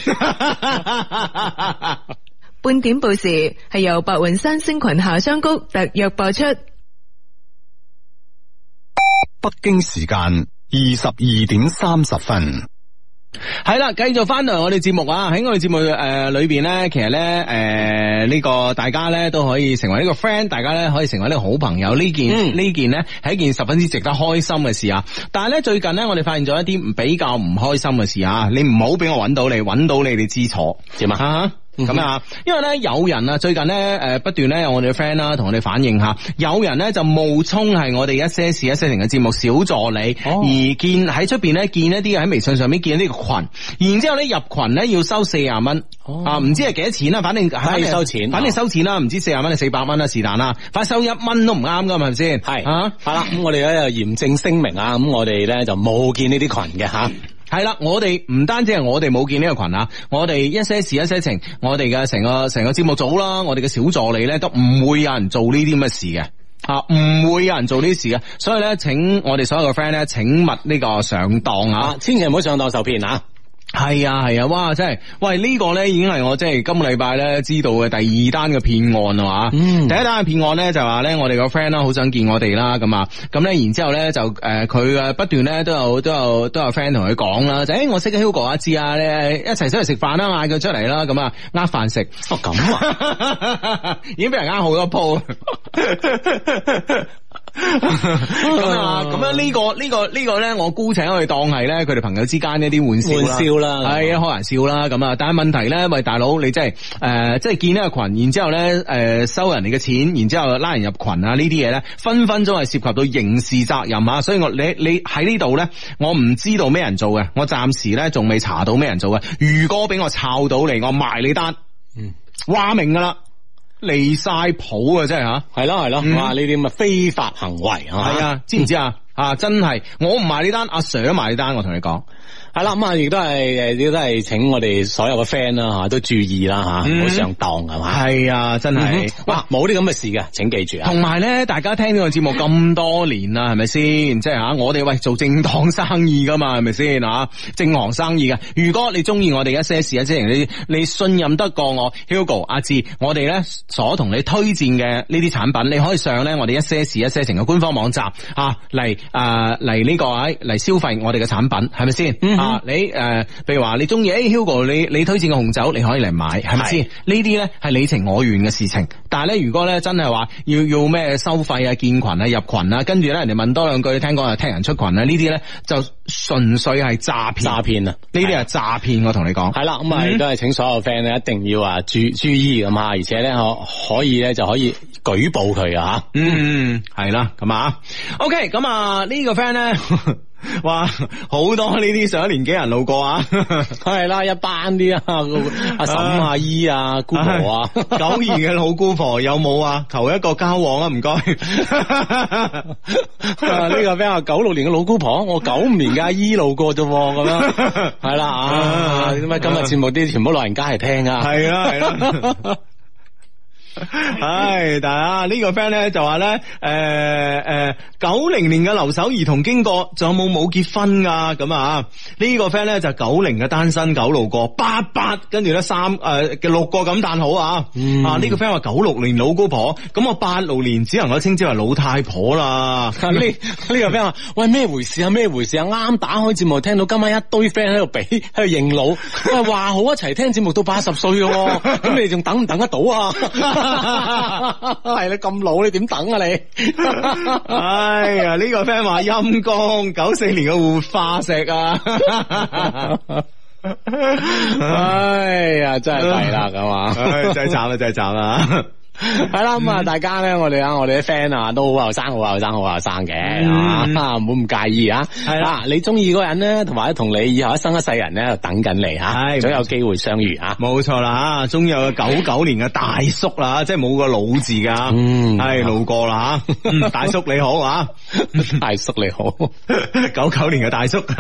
D: 半點報時係由白雲山星群夏桑菊特約播出。
E: 北京時間二十二點三十分。
A: 係啦，繼續翻到嚟我哋節目啊！喺我哋節目誒裏邊咧，其實咧誒呢個大家咧都可以成為呢個 friend，大家咧可以成為呢個好朋友呢件
C: 嗯
A: 呢件咧係一件十分之值得開心嘅事啊！但係咧最近咧我哋發現咗一啲比較唔開心嘅事啊！你唔好俾我揾到你，揾到你你知錯
C: 點啊
A: 啊！咁啊，因為咧有人啊，最近咧诶不斷咧有我哋嘅 friend 啦，同我哋反映下，有人咧就冒充係我哋一些事一些情嘅節目小助理，
C: 哦
A: 而見喺出边咧見一啲喺微信上面見呢個群，然之后咧入群咧要收四廿蚊
C: 哦，
A: 啊唔知係幾多錢啦，反正反
C: 要收錢
A: 反正收錢啦，唔知四廿蚊定四百蚊啦，是但啦，反正收一蚊都唔啱噶，係咪先？
C: 係
A: 啊。
C: 系啦，咁我哋咧就嚴正聲明啊，咁我哋咧就冇見呢啲群嘅吓，
A: 系啦，我哋唔單止係我哋冇見呢個群啊，我哋一些事一些情，我哋嘅成個成个节目組啦，我哋嘅小助理咧都唔會有人做呢啲咁嘅事嘅。啊，唔會有人做呢啲事嘅，所以咧，請我哋所有嘅 friend 咧，請勿呢個上當啊
C: 啊！，千祈唔好上當受騙啊！
A: 係啊，係啊，哇！真係，喂，呢、個咧已經係我即係今個禮拜咧知道嘅第二單嘅騙案啊嘛。
C: 嗯
A: 第一單嘅騙案咧就話咧，我哋個 friend 啦，好想見我哋啦，咁啊，咁咧然之後咧就誒佢誒不斷咧都有都有都有 friend 同佢講啦，就誒、欸我識嘅 Hugo 阿志啊，你誒一齊出嚟食飯啦，嗌佢出嚟啦，咁啊呃飯食。
C: 哦咁啊，
A: 已經俾人呃好多鋪。咁啊，咁樣呢個呢個呢個咧，我姑且去當係咧佢哋朋友之間一啲玩笑啦
C: 玩笑啦
A: 係啊，開玩笑啦咁啊。但係問題咧，喂大佬，你真係誒，即係見一個群，然之後咧誒收人哋嘅錢，然之後拉人入群啊，呢啲嘢咧分分鐘係涉及到刑事責任啊。所以我你你喺呢度咧，我唔知道咩人做嘅，我暫時咧仲未查到咩人做嘅。如果俾我抄到你，我賣你單。話明噶啦，離晒譜啊，真係吓。
C: 係咯係咯，
A: 嗯
C: 哇呢啲咁嘅非法行為係嘛
A: 係啊，知唔知啊？啊，真係我唔賣呢單，阿 Sir 賣呢單，我同你講。
C: 系啦，咁啊，亦都系诶，亦都系请我哋所有嘅 friend 啦吓，都注意啦吓，
A: 嗯
C: 唔好上当系嘛。
A: 係啊，真
C: 嗯
A: 係
C: 哼
A: 哇！
C: 哇，冇啲咁嘅事嘅，请记住啊。
A: 同埋咧，大家聽呢個節目咁多年啦，係咪先？即係吓，我哋喂做正當生意噶嘛，係咪先吓？正行生意嘅。如果你中意我哋一些事一些情，你你信任得過我 Hugo 阿志，我哋咧所同你推薦嘅呢啲產品，你可以上咧我哋一些事一些情嘅官方網站啊嚟啊嚟呢個喺嚟消費我哋嘅產品，係咪先？
C: 嗯哼
A: 啊，你誒，呃譬如話你中意，誒 Hugo，你你推薦嘅紅酒，你可以嚟買，係咪先？呢啲咧係你情我願嘅事情。但係咧，如果咧真係話要要咩收費啊、建群啊、入群啊，跟住咧人哋問多兩句，聽講又踢人出群啊，呢啲咧就純粹係詐騙。
C: 诈骗啊，
A: 呢啲係詐騙，我同你講
C: 系。啦，咁啊，亦都系请所有 friend 咧，一定要啊注注意咁啊，而且咧可可以咧就可以举报佢啊。
A: 嗯，係啦，咁啊，OK，咁啊呢個 friend
C: (laughs)
A: 咧，哇，好多呢啲上一年紀人路過啊。
C: 系啦，一班 (laughs) 啲啊，阿婶阿姨啊，姑婆啊，
A: 唉九二嘅老姑婆有冇啊？求一個交往啊，唔該。
C: 啊呢个 friend 啊，九六年嘅老姑婆，我九五年嘅阿姨路过啫喎， (laughs) 咁样系啦啊，咁啊，今日节目啲全部老人家系听啊。
A: 係啦係啦。唉，但啊呢個 friend 咧就話咧，诶诶九零年嘅留守兒童經過，仲有冇冇結婚噶？咁啊，呢、個 friend 咧就九零嘅單身狗路過，八八跟住咧三诶嘅六個咁彈好啊，啊呢、個 friend 話九六年老姑婆，咁我八六年只能夠稱之為老太婆啦。
C: 啊呢呢個 friend 話：，喂咩回事啊？咩回事啊？啱打開節目，聽到今晚一堆 friend 喺度比 (laughs) 喺度認老，喂話好一齊聽節目到八十歲 (laughs) 嘅喎，咁你仲等唔等得到啊？ (laughs) 係你咁老，你點等 (laughs) 啊你？
A: 哎呀，呢、個 friend 話陰公，九四年嘅活化石啊！
C: 哎呀，真係弊啦咁
A: 唉，
C: 啊！
A: 真係慘啦，真係慘啦！
C: 系啦，咁啊，大家咧，我哋啊，我哋啲 friend 啊，都好後生，好後生，好後生嘅，
A: 嗯
C: (laughs) 啊，唔好咁介意啊。
A: 係啦
C: 啊，你中意嗰個人咧，同埋同你以後一生一世人咧，就等緊你吓，
A: 係
C: 總有機會相遇啊。
A: 冇錯啦，終於有個九九年嘅大叔
C: (laughs)
A: 啦，即係冇個老字噶，
C: 嗯
A: 係路過啦吓，
C: (laughs)
A: 嗯大叔你好啊！
C: 大叔你好，
A: (laughs) 九九年嘅大叔。 (laughs)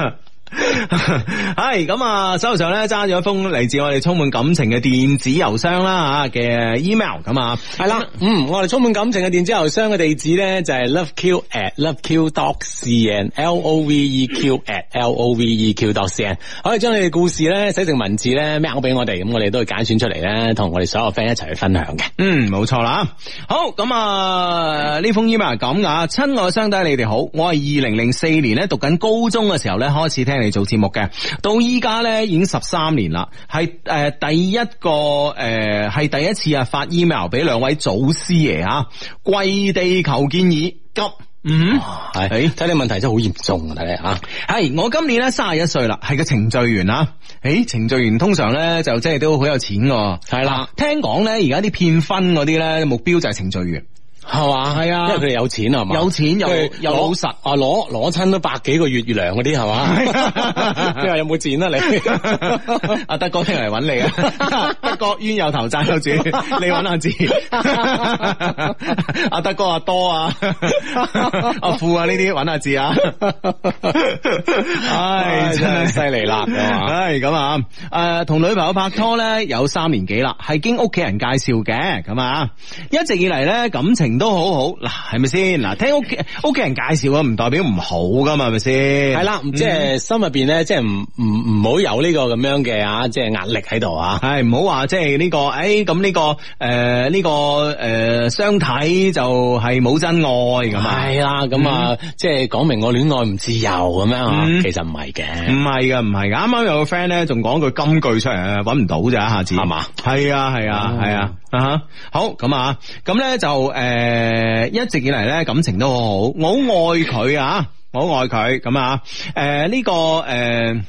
A: 系咁啊，手頭上咧揸咗一封嚟自我哋充滿感情嘅電子郵箱啦吓啊嘅 email 咁啊，
C: 系啦，嗯，我哋充滿感情嘅電子郵箱嘅地址咧就係 loveq at loveq dot cn，l o v e q at l o v e q dot cn，可以將你哋故事咧寫成文字咧 mail 俾我哋，咁我哋都會揀選出嚟咧，同我哋所有 friend 一齊去分享嘅。
A: 嗯，冇錯啦。好，咁啊呢封 email 係咁啊，親愛嘅相低，你哋好，我係二零零四年咧讀緊高中嘅時候咧開始聽你做節目嘅，到依家咧已經十三年啦，係誒、呃第一個誒係、第一次啊發 email 俾兩位祖師爺啊，跪地求建議急。嗯。
C: 系哦哎睇你問題真係好嚴重啊！睇你啊，
A: 系我今年咧三十一岁啦，系个程序员啊。诶，程序员通常咧就即系都好有啊钱噶。系
C: 啦，
A: 听讲咧而家啲骗婚嗰啲咧目標就係程序員，
C: 係嘛？
A: 係啊
C: 因為佢哋有錢啊嘛，
A: 有錢又
C: 佢
A: 又
C: 攞
A: 老實
C: 啊，攞攞親都百幾個月月糧嗰啲係 (laughs) 嘛？你話有冇錢啊你？
A: (laughs) 阿德哥聽嚟揾你啊！ (laughs) 德哥冤有頭債有 (laughs) 主，你揾阿志。阿德哥阿多啊，阿富啊呢啲揾阿志 (laughs) 啊。唉，
C: 唉真係
A: 真
C: 犀
A: 係
C: 利啦咁啊
A: 唉，咁啊，诶，同女朋友拍拖咧有三年幾啦，係經屋企人介紹嘅，咁啊，一直以嚟咧感情都好好，嗱，係咪先？嗱，聽屋企屋企人介紹啊，唔代表唔好噶嘛，係咪先？
C: 係
A: 系
C: 啦，即係心入边咧，即係唔唔唔好有呢個咁樣嘅啊，即係壓力喺度啊。
A: 系唔好话即系呢个，诶咁呢个诶呢、個个诶相睇就系冇真愛咁啊，
C: 係啦，咁啊，即係講明我戀愛唔自由咁樣啊，
A: 嗯
C: 其實唔係
A: 唔
C: 嘅。
A: 係噶唔係噶，啱啱有個 friend 咧仲講句金句出嚟，搵唔到咋，一下子
C: 係嘛？
A: 係啊係啊
C: 哦
A: 係啊啊哈好咁啊，咁咧就诶一直以嚟咧感情都好好，我好愛佢啊，我好愛佢咁啊，诶呢個诶。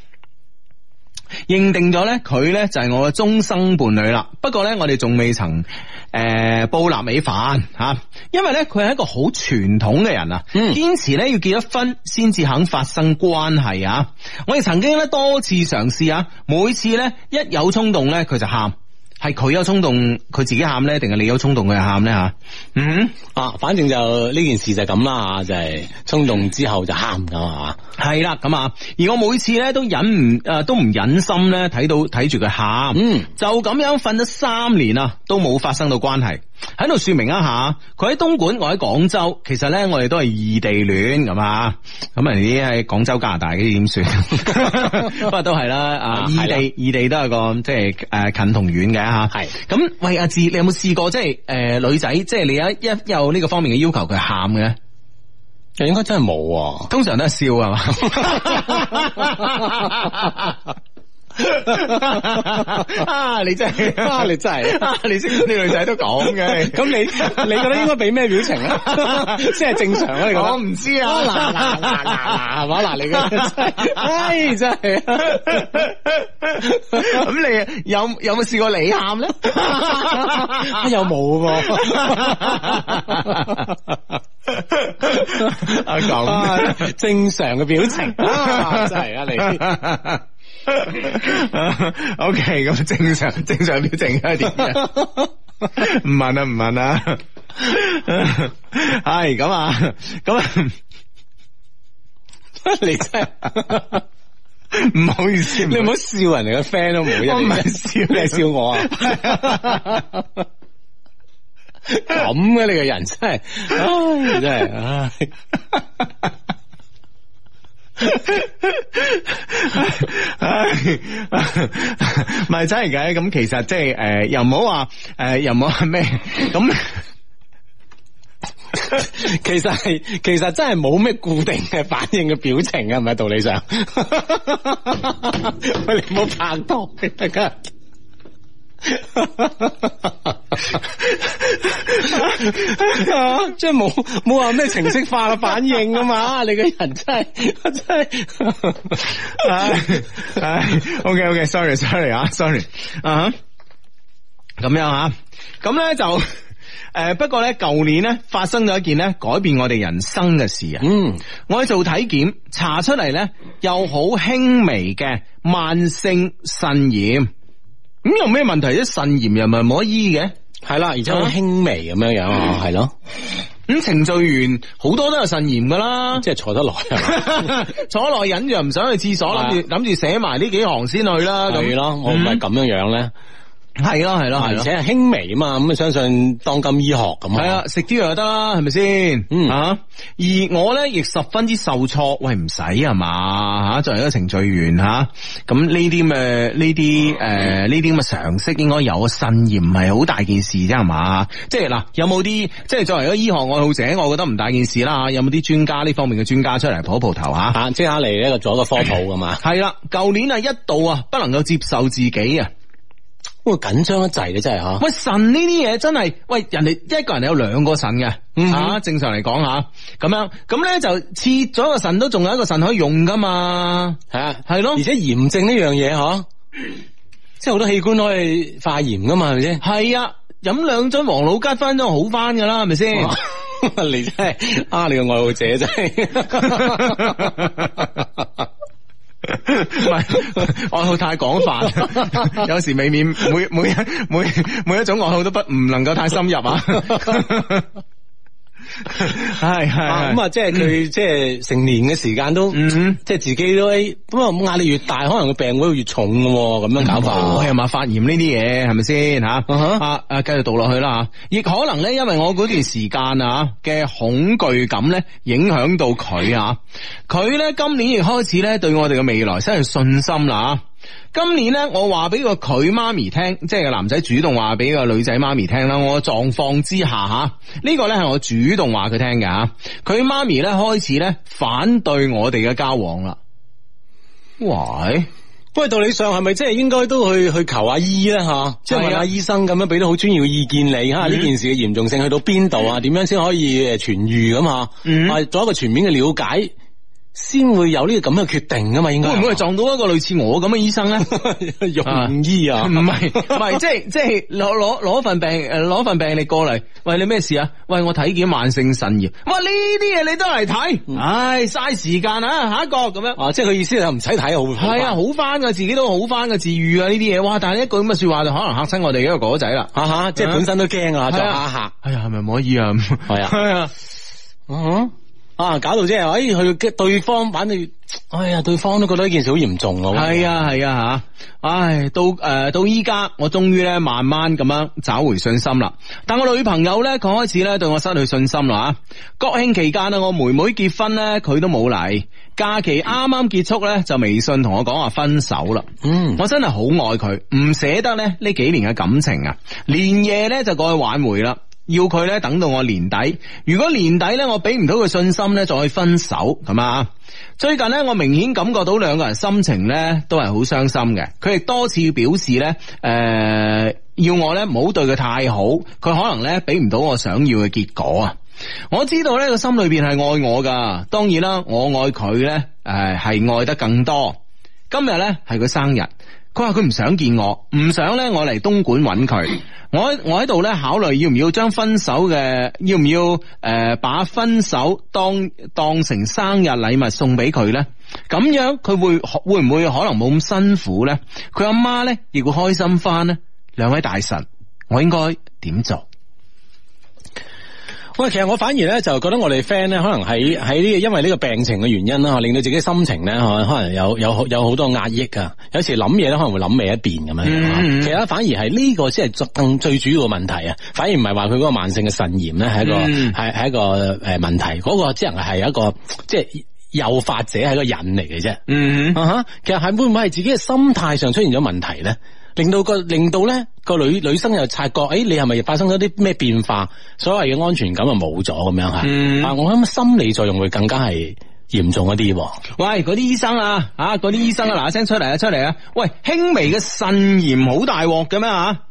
A: 認定咗咧，佢咧就係我嘅終生伴侶啦。不過咧，我哋仲未曾诶、呃、煲臘味飯吓、啊因為咧佢係一個好傳統嘅人啊，
C: 嗯
A: 堅持咧要結咗婚先至肯發生關係啊。我哋曾經咧多次嘗試啊，每次咧一有衝動咧佢就喊，係佢有衝動佢自己喊咧，定係你有衝動佢就喊咧吓？嗯，
C: 啊，反正就呢件事就咁啦，就係衝動之後就喊咁啊。
A: 係啦咁啊，而我每次咧都忍唔诶、都唔忍心咧睇到睇住佢喊。
C: 嗯，
A: 就咁樣瞓咗三年啊，都冇發生到關係。喺度說明一下，佢喺東莞，我喺廣州，其實咧我哋都係異地戀咁啊。咁人哋啲喺廣州加拿大嗰啲點 (laughs) 算？不過都係啦，啊
C: 啊
A: 異
C: 係啦
A: 地異地都係個即係诶近同遠嘅吓。
C: 係
A: 咁，喂阿志，你有冇試過即係诶女仔，即係你一一有呢個方面嘅要求，佢喊嘅咧？
C: 又應該真係冇喎。
A: 通常都係笑
C: 啊
A: 係嘛？啊！你真系，
C: 啊你真係
A: 啊你识啲女仔都咁嘅，
C: 咁你你觉得应该俾咩表情
A: (laughs)
C: 啊？即系正常啊？你觉得？
A: 我唔知
C: 啊
A: 啊。
C: 嗱嗱嗱嗱嗱，系嘛嗱你嘅，唉真系，
A: 咁你有有冇试过你喊咧？
C: 啊又冇喎。
A: 啊
C: 啊
A: 咁，
C: 正常嘅表情啊，真系啊你。
A: O K，咁正常正常表情係點嘅？唔問啊，唔問啊，係咁啊，咁啊
C: (laughs) 你真系，
A: (laughs) 唔好意思，
C: 你唔好笑人哋嘅 friend 都唔好
A: 我唔
C: 一
A: 係
C: 定，
A: 笑
C: 你系笑我啊！咁嘅你個人真系，唉真系，唉，
A: 唉唔係真係嘅，咁其實即係诶，誒又唔好話诶，誒又唔好話咩，咁
C: (laughs) 其實係其實真係冇咩固定嘅反應嘅表情啊，唔係道理上。 (laughs) 喂，你唔好拍拖，大家。 (laughs) 即係冇冇話咩程式化嘅反應啊
A: (laughs)
C: 嘛！你個人真係真係，
A: 唉唉，OK OK，sorry，sorry 啊，sorry 啊，咁樣啊，咁咧就诶、誒不過咧，舊年咧發生咗一件咧改變我哋人生嘅事啊。
C: 嗯，
A: 我去做體檢，查出嚟咧又好輕微嘅慢性腎炎。咁有咩問題啫？腎炎又唔係冇得醫嘅。啊
C: 係啦，而且好輕微咁樣樣啊，係咯，
A: 咁程序員好多都有腎炎噶
C: (laughs)
A: 啦，
C: 即係坐得耐啊係嘛。
A: 坐耐忍住又唔想去廁所，諗住諗住寫埋呢幾行先去啦。咁
C: 啊
A: 嗯
C: 係咯，我唔啊係咁嗯樣樣咧，
A: 係咯係咯係
C: 而
A: 咯。
C: 且係輕微啊嘛，咁啊相信當今醫學咁
A: 系啊，，食啲藥就得啦，係咪先？
C: 嗯
A: 啊，而我咧亦十分之受挫。喂，唔使啊嘛吓，作為一個程序員吓，咁呢啲咩呢啲诶呢啲咁嘅常識應該有啊。腎炎唔係好大件事啫，係嘛？即係嗱，有冇啲即係作為一個醫學愛好者，我覺得唔大件事啦吓。有冇啲專家呢方面嘅專家出嚟蒲一蒲頭吓？
C: 啊，即刻嚟呢個做一個科普噶嘛，
A: 系啦，舊年啊一度啊不能夠接受自己啊。
C: 哇緊張得滯你真係吓，
A: 喂，腎呢啲嘢真係，喂，人哋一個人有兩個腎嘅，
C: 嗯哼
A: 啊正常嚟講吓，咁樣，咁咧就切咗個腎都仲有一個腎可以用噶嘛，
C: 係啊，
A: 係咯
C: 而，且炎症呢樣嘢吓，即係好多器官可以化炎噶嘛，係咪先？
A: 係啊，飲兩樽王老吉翻咗好翻噶啦，係咪先？
C: (laughs) 你真係啊！你個愛好者真係。
A: 唔係愛好太廣
C: (laughs)
A: 泛，有時未免每每一每每一種愛好都不唔能夠太深入
C: (laughs)
A: 啊。係係 (laughs)
C: 啊咁啊，即係佢即係成年嘅時間都，
A: 嗯哼
C: 即係自己都咁啊，壓力越大，可能個病會越重嘅喎，咁樣搞
A: 搞法，
C: 法
A: 嗯哦係。啊嘛？發炎呢啲嘢係咪先吓？
C: 哼
A: 啊啊，繼續讀落去啦吓。亦可能咧，因為我嗰段時間啊嘅恐懼感咧，影響到佢啊。佢咧今年亦開始咧對我哋嘅未來失去信心啦啊。今年咧，我話俾個佢媽咪聽，即係個男仔主動話俾個女仔媽咪聽啦。我嘅狀況之下吓，呢個咧係我主動話佢聽嘅吓。佢媽咪咧開始咧反對我哋嘅交往啦。喂！
C: 不過道理上係咪即係應該都去去求下醫啦吓，即係問
A: 係啊
C: 下醫生咁樣俾到好專業嘅意見你
A: 嗯
C: 吓，呢件事嘅嚴重性去到邊度啊？點樣先可以誒痊愈咁啊？
A: 嗯
C: 啊，做一個全面嘅了解，先會有呢個咁嘅決定噶嘛？應該
A: 會唔會係撞到一個類似我咁嘅醫生 (laughs) 咧？
C: (laughs) 容易啊
A: 唔？係唔 (laughs) 係，即係即係攞攞攞份病誒，攞份病歷過嚟，喂你咩事啊？喂我體檢慢性腎炎，喂呢啲嘢你都嚟睇，唉嘥時間啊，下一個咁樣。
C: 啊，即係佢意思係唔使睇好。
A: 係啊，好翻噶，自己都好翻噶，自愈啊呢啲嘢，哇！但係一句咁嘅說話就可能嚇親我哋一個哥哥仔啦。
C: 吓啊吓，即係本身都驚啊，就
A: 係
C: 吓
A: 啊
C: 吓。
A: 哎呀，係咪唔可以啊？係
C: 啊
A: 係啊，
C: 嗯，啊，搞到即係，哎，佢嘅對方反正，哎呀，對方都覺得呢件事好嚴重啊。
A: 係啊，係啊，吓！唉，到誒、呃到依家，我終於咧慢慢咁樣找回信心啦。但我女朋友咧，佢開始咧對我失去信心啦。吓，國慶期間啊，我妹妹結婚咧，佢都冇嚟。假期啱啱結束咧，就微信同我講話分手啦。
C: 嗯，
A: 我真係好愛佢，唔捨得咧呢幾年嘅感情啊，連夜咧就過去挽回啦。要佢咧等到我年底，如果年底咧我俾唔到佢信心咧，再分手咁啊！最近咧，我明顯感覺到兩個人心情咧都係好傷心嘅。佢亦多次表示咧，誒、要我咧唔好對佢太好，佢可能咧俾唔到我想要嘅結果啊！我知道咧個心裏邊係愛我噶，當然啦，我愛佢咧，誒係愛得更多。今日咧係佢生日，佢話佢唔想見我，唔想咧我嚟東莞揾佢。我喺我喺度咧考慮要唔要將分手嘅，要唔要誒、呃把分手當當成生日禮物送俾佢咧？咁樣佢會會唔會可能冇咁辛苦咧？佢阿媽咧亦會開心翻咧？兩位大神，我應該點做？
C: 喂，其實我反而咧就覺得我哋 friend 咧，可能喺喺呢個因為呢個病情嘅原因啦，令到自己心情咧，可能有有好有好多壓抑啊。有時諗嘢咧，可能會諗歪一邊咁樣。
A: 嗯嗯
C: 其實咧反而係呢個先係最更最主要嘅問題啊，反而唔係話佢嗰個慢性嘅腎炎咧係一個
A: 嗯
C: 係係、一個誒問題，嗰、個只能係一個即係誘發者係一個人嚟嘅啫。
A: 嗯，
C: 啊哈，其實係會唔會係自己嘅心態上出現咗問題咧？令到個令到咧個女女生又察覺，誒、你係咪發生咗啲咩變化？所謂嘅安全感就啊冇咗咁樣吓。
A: 嗯
C: 啊，我諗心理作用會更加係嚴重一啲喎。
A: 喂，嗰啲醫生啊，啊，嗰啲醫生啊，嗱一聲出嚟啊，出嚟啊！喂，輕微嘅腎炎好大鑊嘅咩啊？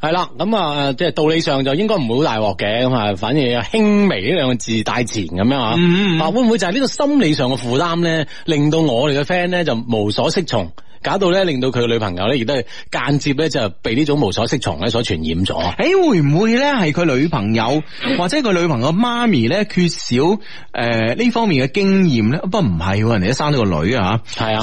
C: 係啦，咁啊，即係道理上就應該唔會好大鑊嘅，咁啊，反而有輕微呢兩個字帶前咁樣啊。
A: 嗯嗯嗯
C: 啊，會唔會就係呢個心理上嘅負擔咧，令到我哋嘅 friend 咧就無所適從，搞到咧令到佢嘅女朋友咧亦都係間接咧就被呢種無所適從咧所傳染咗。
A: 誒，會唔會咧係佢女朋友或者佢女朋友媽咪咧缺少誒呢、方面嘅經驗咧？不過唔係喎，人哋都生咗個女啊
C: 系
A: 吓，
C: 啊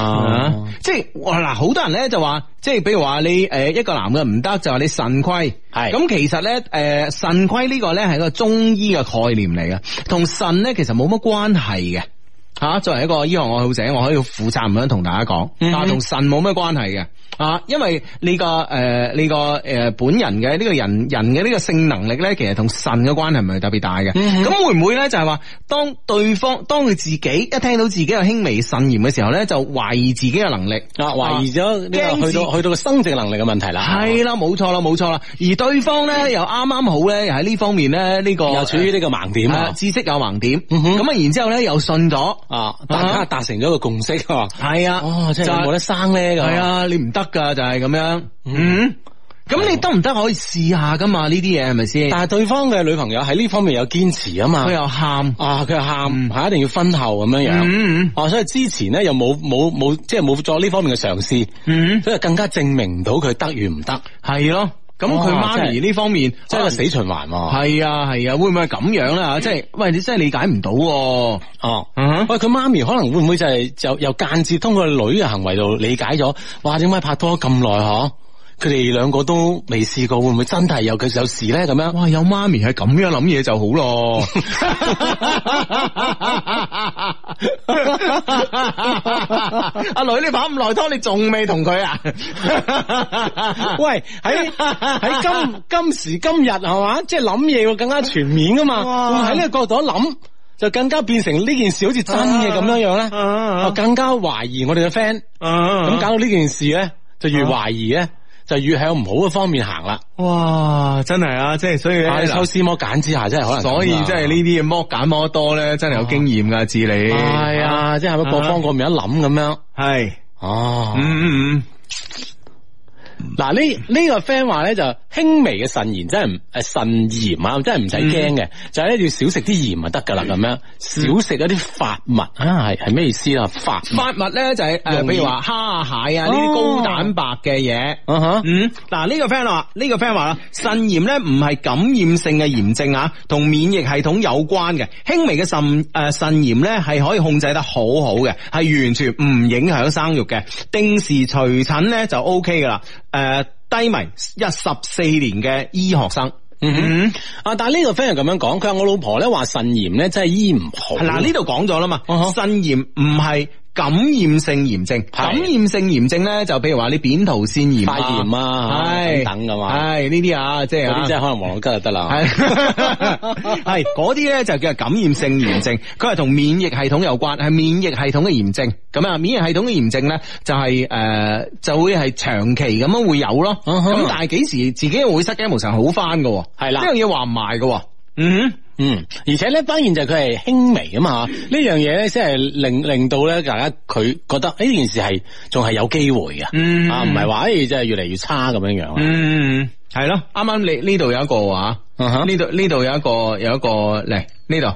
A: 啊，即係哇嗱，好多人咧就話，即係比如話你誒、呃一個男嘅唔得，就話你腎虧，
C: 係
A: 咁其實咧誒腎虧呢個咧係一個中醫嘅概念嚟嘅，同腎咧其實冇乜關係嘅。吓，啊作為一個醫學愛好者，我可以負責任咁樣同大家講，
C: 嗯
A: 啊，同腎冇咩關係嘅，啊，因為你個誒、呃你個誒、呃本人嘅呢、個人人嘅呢個性能力咧，其實同腎嘅關係唔係特別大嘅。咁、
C: 嗯哼
A: 會唔會咧就係話，當對方當佢自己一聽到自己有輕微腎炎嘅時候咧，就懷疑自己嘅能力，
C: 啊，懷疑咗呢
A: 驚
C: 個去
A: 自
C: 到去到個生殖能力嘅問題啦，
A: 係啦，冇錯啦，冇錯啦。而對方咧又啱啱好咧，又喺呢方面咧呢個
C: 哦又處於呢個盲點
A: 係啊
C: 啊，
A: 知識有盲點，
C: 嗯哼
A: 咁啊然之後咧又信咗，
C: 啊，大家達成咗個共識啊，
A: 係啊，
C: 哦，即係
A: 就係哎
C: 有冇得生咧咁，
A: 啊
C: 啊
A: 系，啊，你唔得噶，就係咁樣。嗯，咁你得唔得可以試下噶嘛？呢啲嘢係咪先？
C: 但係對方嘅女朋友喺呢方面有堅持啊嘛
A: 佢，又喊，
C: 啊佢喊係一定要婚後咁樣樣，
A: 嗯
C: 哦所以之前咧又冇冇冇即係冇作呢方面嘅嘗試，
A: 嗯，
C: 所以更加證明唔到佢得與唔得，
A: 係咯。咁佢
C: 哇
A: 媽
C: 真
A: 咪
C: 係
A: 呢方面
C: 即係一個死循環喎。
A: 係啊係啊，會唔會係咁樣啦？即係喂，你真係理解唔到喎。
C: 哦。
A: 嗯哼
C: 喂，佢媽咪可能會唔會就係就又間接通過個女嘅行為度理解咗，哇，點解拍拖咁耐嗬？佢哋兩個都未試過，會唔會真係有佢有事咧？咁樣
A: 哇，有媽咪係咁樣諗嘢就好 (laughs) 咯。阿女，你跑咁耐拖，你仲未同佢 (laughs) 啊？
C: (laughs) 喂，喺喺今今時今日係嘛，即係諗嘢會更加全面噶嘛，
A: 哇
C: 會唔會喺呢個角度一諗，就更加變成呢件事好似真嘅咁樣樣咧，
A: 啊
C: 啊更加懷疑我哋嘅 friend，咁
A: 咁
C: 搞到呢件事咧，就越懷疑咧，就越向唔好嘅方面行啦。
A: 哇，真係啊，即係所以咧
C: 啊，你抽絲剝繭之下，真係可能咁啊，
A: 所以即係呢啲嘢剝揀剝得多咧，真係有經驗噶，治理
C: 係，啊，即係咪各方各面一諗咁樣？
A: 係，
C: 哦
A: 嗯嗯
C: 嗱呢呢個 friend 話咧就輕微嘅腎炎真係唔誒腎炎啊，真係唔使驚嘅，
A: 嗯
C: 就係咧要少食啲鹽就得噶啦，咁樣少食一啲發物啊，係係咩意思啊？發
A: 嗯，
C: 物
A: 發物咧就係誒，
C: 容
A: 譬
C: 易
A: 如話蝦蟹啊呢啲
C: 哦
A: 高蛋白嘅嘢。
C: 啊哈，
A: 嗯，嗱呢個 friend 話，呢、個 friend 話啦，腎炎咧唔係感染性嘅炎症啊，同免疫系統有關嘅，輕微嘅腎誒腎炎咧係可以控制得好好嘅，係完全唔影響生育嘅，定時除診咧就 O K 噶啦，誒、低迷一十四年嘅醫學生，
C: 嗯哼，啊但係呢個 friend 係咁樣講，佢話我老婆咧話腎炎咧真係醫唔好，
A: 嗱呢度講咗啦嘛，
C: 啊哈
A: 腎炎唔係。感染性炎症，感染性炎症咧就譬如話你扁桃腺炎、
C: 發炎啊
A: 係
C: 等等㗎嘛
A: 係呢啲啊，即係
C: 嗰
A: 啊
C: 啲真係可能黃老吉就得
A: (laughs)
C: 啦，
A: 系系嗰啲咧就叫感染性炎症，佢係同免疫系統有關，係免疫系統嘅炎症。咁啊，免疫系統嘅炎症咧就係呃就會係長期咁樣會有咯。咁、
C: 嗯哼
A: 但係幾時自己會失驚無神好翻嘅喎？
C: 係啦
A: 呢樣嘢話唔埋嘅喎。嗯
C: 嗯，而且咧，當然就佢係輕微啊嘛，呢樣嘢咧，先係令令到咧，大家佢覺得誒呢件事係仲係有機會嘅，
A: 嗯
C: 啊，唔係話誒真係越嚟越差咁樣樣啊，
A: 嗯，係咯。啱啱你呢度有一個啊，
C: 嗯哼
A: 呢度呢度有一個有一個嚟呢度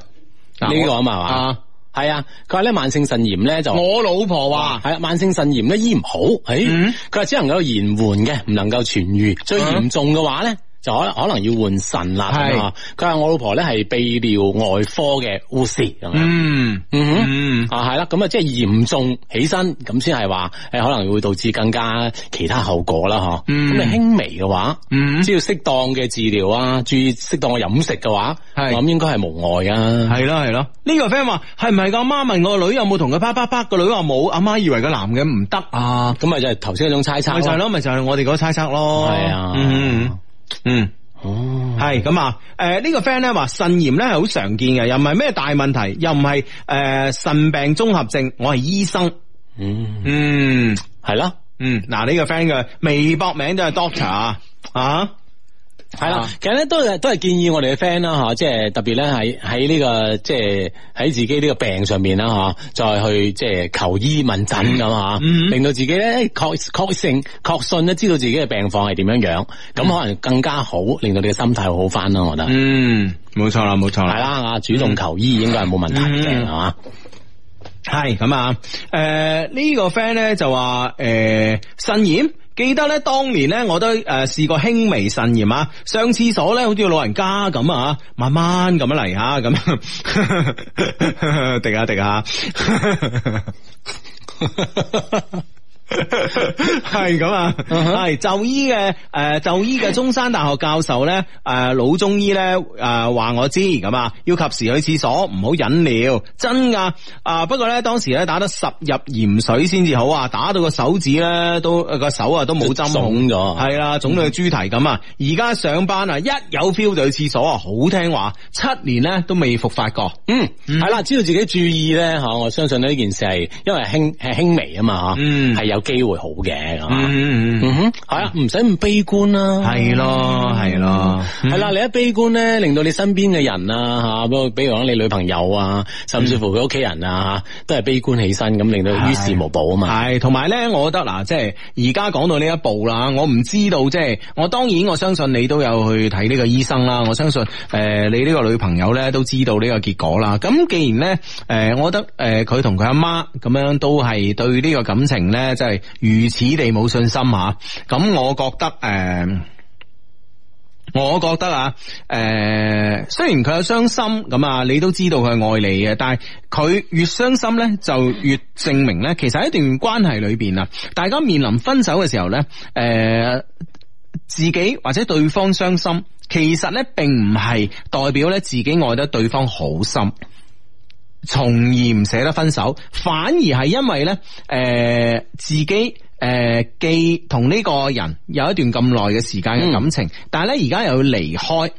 A: 嗱
C: 呢個
A: 我
C: 啊嘛係嘛
A: 啊，哦
C: 係啊，佢話咧慢性腎炎咧就
A: 我老婆話。
C: 係啊，慢性腎炎咧醫唔好，誒、
A: 嗯
C: 佢話只能夠延緩嘅，唔能夠痊愈。最嚴重嘅話咧，就可能可能要換腎啦。咁啊佢話我老婆咧係泌尿外科嘅護士咁樣。
A: 嗯
C: 嗯哼
A: 嗯
C: 啊，係啦，咁啊，即係嚴重起身，咁先係話誒，可能會導致更加其他後果啦，嗬、
A: 嗯
C: 咁你輕微嘅話，
A: 嗯
C: 只要適當嘅治療啊，注意適當嘅飲食嘅話，我
A: 係
C: 諗應該係無礙啊。
A: 系咯系咯，呢、個 friend 話係唔係個阿媽問我個女有冇同佢啪啪啪，個女話冇，阿媽以為個男嘅唔得啊，
C: 咁咪就係頭先嗰種猜測
A: 咪就係咯，咪就係我哋嗰個猜測咯，
C: 係啊
A: 嗯嗯。
C: 哦，
A: 系咁啊，诶、呢、個 friend 咧話腎炎咧係好常見嘅，又唔係咩大問題，又唔係诶腎病綜合症，我係醫生，
C: 嗯，
A: 嗯
C: 係啦。
A: 嗯，嗱呢、個 friend 嘅微博名都係 doctor 啊，啊
C: 系啦
A: 啊，
C: 其實咧都係都係建議我哋嘅 friend 啦吓，即係特別咧喺喺呢個即係喺自己呢個病上面啦吓，再去即係求醫問診咁吓，
A: 嗯
C: 令到自己咧確確信確信咧知道自己嘅病況係點樣樣，咁可能更加好，令到你嘅心態會好翻啦，我覺得
A: 嗯，冇錯啦冇錯
C: 係啦啊，主動求醫應該係冇問題嘅
A: 嗯
C: 係嘛，
A: 系咁啊，诶、呢、個 friend 咧就話诶腎炎。記得咧，當年咧我都呃誒試過輕微腎炎啊，上廁所咧好似老人家咁啊，慢慢咁樣嚟吓，咁 (laughs) 滴下滴下， (laughs) 係咁啊，係就醫嘅誒就醫嘅中山大學教授咧誒老中醫咧誒話我知咁啊，要及時去廁所，唔好忍尿，真噶啊！不過咧當時咧打得十入鹽水先至好啊，打到個手指咧都個手啊都冇針孔
C: 腫咗
A: 係啦，腫到去豬蹄咁啊！而家上班啊，一有 feel 就去廁所啊，好聽話，七年咧都未復發過。
C: 嗯，係啦，知道自己注意咧吓，我相信呢件事係因為輕係輕微啊嘛吓，
A: 嗯
C: 係有機會好嘅，咁啊
A: 嗯
C: 嗯哼，係啊，唔使咁悲觀啦，嗯
A: 系咯系咯，嗯
C: 系啦，你一悲觀咧，令到你身邊嘅人啊吓，不過比如講你女朋友啊，甚至乎佢屋企人啊，都係悲觀起身，咁令到
A: 係
C: 於事無補啊嘛。
A: 系，同埋咧，我覺得嗱，即係而家講到呢一步啦，我唔知道即係我當然我相信你都有去睇呢個醫生啦，我相信诶、呃你呢個女朋友咧都知道呢個結果啦。咁既然咧诶、呃我覺得诶佢同佢阿媽咁樣都係對呢個感情咧，即係如此地冇信心吓。咁我覺得诶。呃我覺得啊，诶、雖然佢有傷心咁啊，你都知道佢係愛你嘅，但係佢越傷心咧，就越證明咧，其實喺一段關係裏边啊，大家面臨分手嘅時候咧，诶、自己或者對方傷心，其實咧並唔係代表咧自己愛得對方好深。從而唔捨得分手，反而係因為咧，诶、自己诶、呃既同呢個人有一段咁耐嘅時間嘅感情，但係咧而家又要離開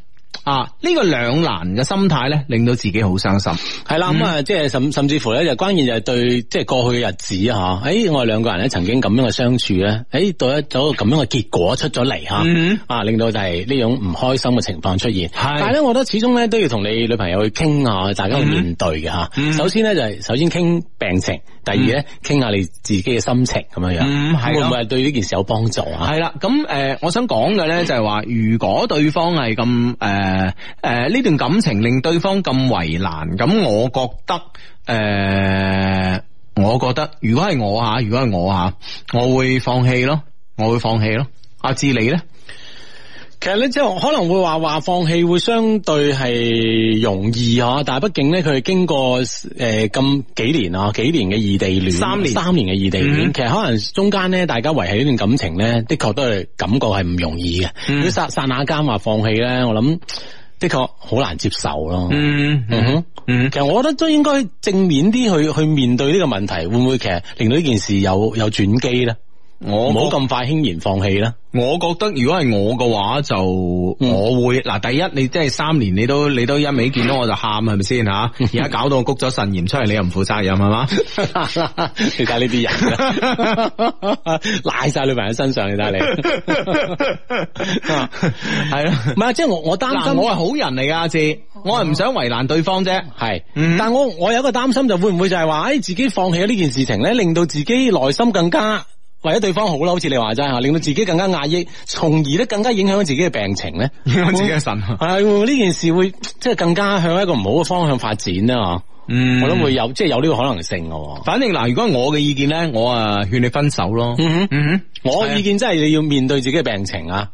A: 啊，呢、個兩難嘅心態咧，令到自己好傷心。
C: 係
A: 嗯
C: 啦，咁啊，即係甚甚至乎咧，就關鍵就係對即係過去嘅日子啊吓，诶，我哋兩個人咧曾經咁樣嘅相處咧，诶，到一到一個咁樣嘅結果出咗嚟吓，
A: 嗯
C: 啊，令到就係呢種唔開心嘅情況出現。
A: 係
C: 但係咧，我覺得始終咧都要同你女朋友去傾下，大家去面對嘅吓。
A: 嗯
C: 首先咧就係首先傾病情，第二咧傾下你自己嘅心情咁樣樣，
A: 嗯係咯
C: 會唔會係對呢件事有幫助啊？
A: 系啦，咁诶、呃我想講嘅咧就係話，如果對方係咁诶诶呢段感情令對方咁為難，咁我覺得诶、呃我覺得如果係我吓，如果係我吓，我會放棄咯，我會放棄咯。阿志你咧？
C: 其實咧，即係可能會話話放棄會相對係容易吓，但係畢竟咧，佢係經過诶咁、幾年啊，幾年嘅異地戀，
A: 三年嗯
C: 三年嘅異地戀，其實可能中間咧，大家維係呢段感情咧，的確都係感覺係唔容易嘅。
A: 嗯
C: 如果刹刹那間話放棄咧，我諗的確好難接受咯。
A: 嗯
C: 嗯哼，
A: 嗯
C: 其實我覺得都應該正面啲去去面對呢個問題，會唔會其實令到呢件事有有轉機咧？
A: 我
C: 唔好咁快輕言放棄啦。
A: 我覺得如果係我嘅話，就
C: 嗯
A: 我會嗱，第一你即係三年，你都你都一味見到我就喊，係咪先吓？
C: (laughs)
A: 而家搞到我谷咗腎炎出嚟，你又唔負責任係嘛？
C: 你睇下呢啲人，賴晒女朋友身上，你睇下你。啊
A: 係啦。
C: 唔係，即係我我擔
A: 嗱，
C: 心
A: 我啊係好人嚟噶，阿志，我係唔想為難對方啫。
C: 係，
A: 嗯
C: 但我我有一個擔心就會唔會就係話，诶、哎自己放棄咗呢件事情咧，令到自己內心更加為咗對方好啦，好似你話齋吓，令到自己更加壓抑，從而咧更加影響自己嘅病情咧。
A: (laughs) 影響自己嘅腎啊
C: 係會唔會呢件事會即係更加向一個唔好嘅方向發展咧？嗬、
A: 嗯
C: 我都會有即係有呢個可能性嘅喎。
A: 反正嗱，如果係我嘅意見咧，我啊勸你分手咯。
C: 嗯哼，
A: 嗯
C: 我意見真係你要面對自己嘅病情啊。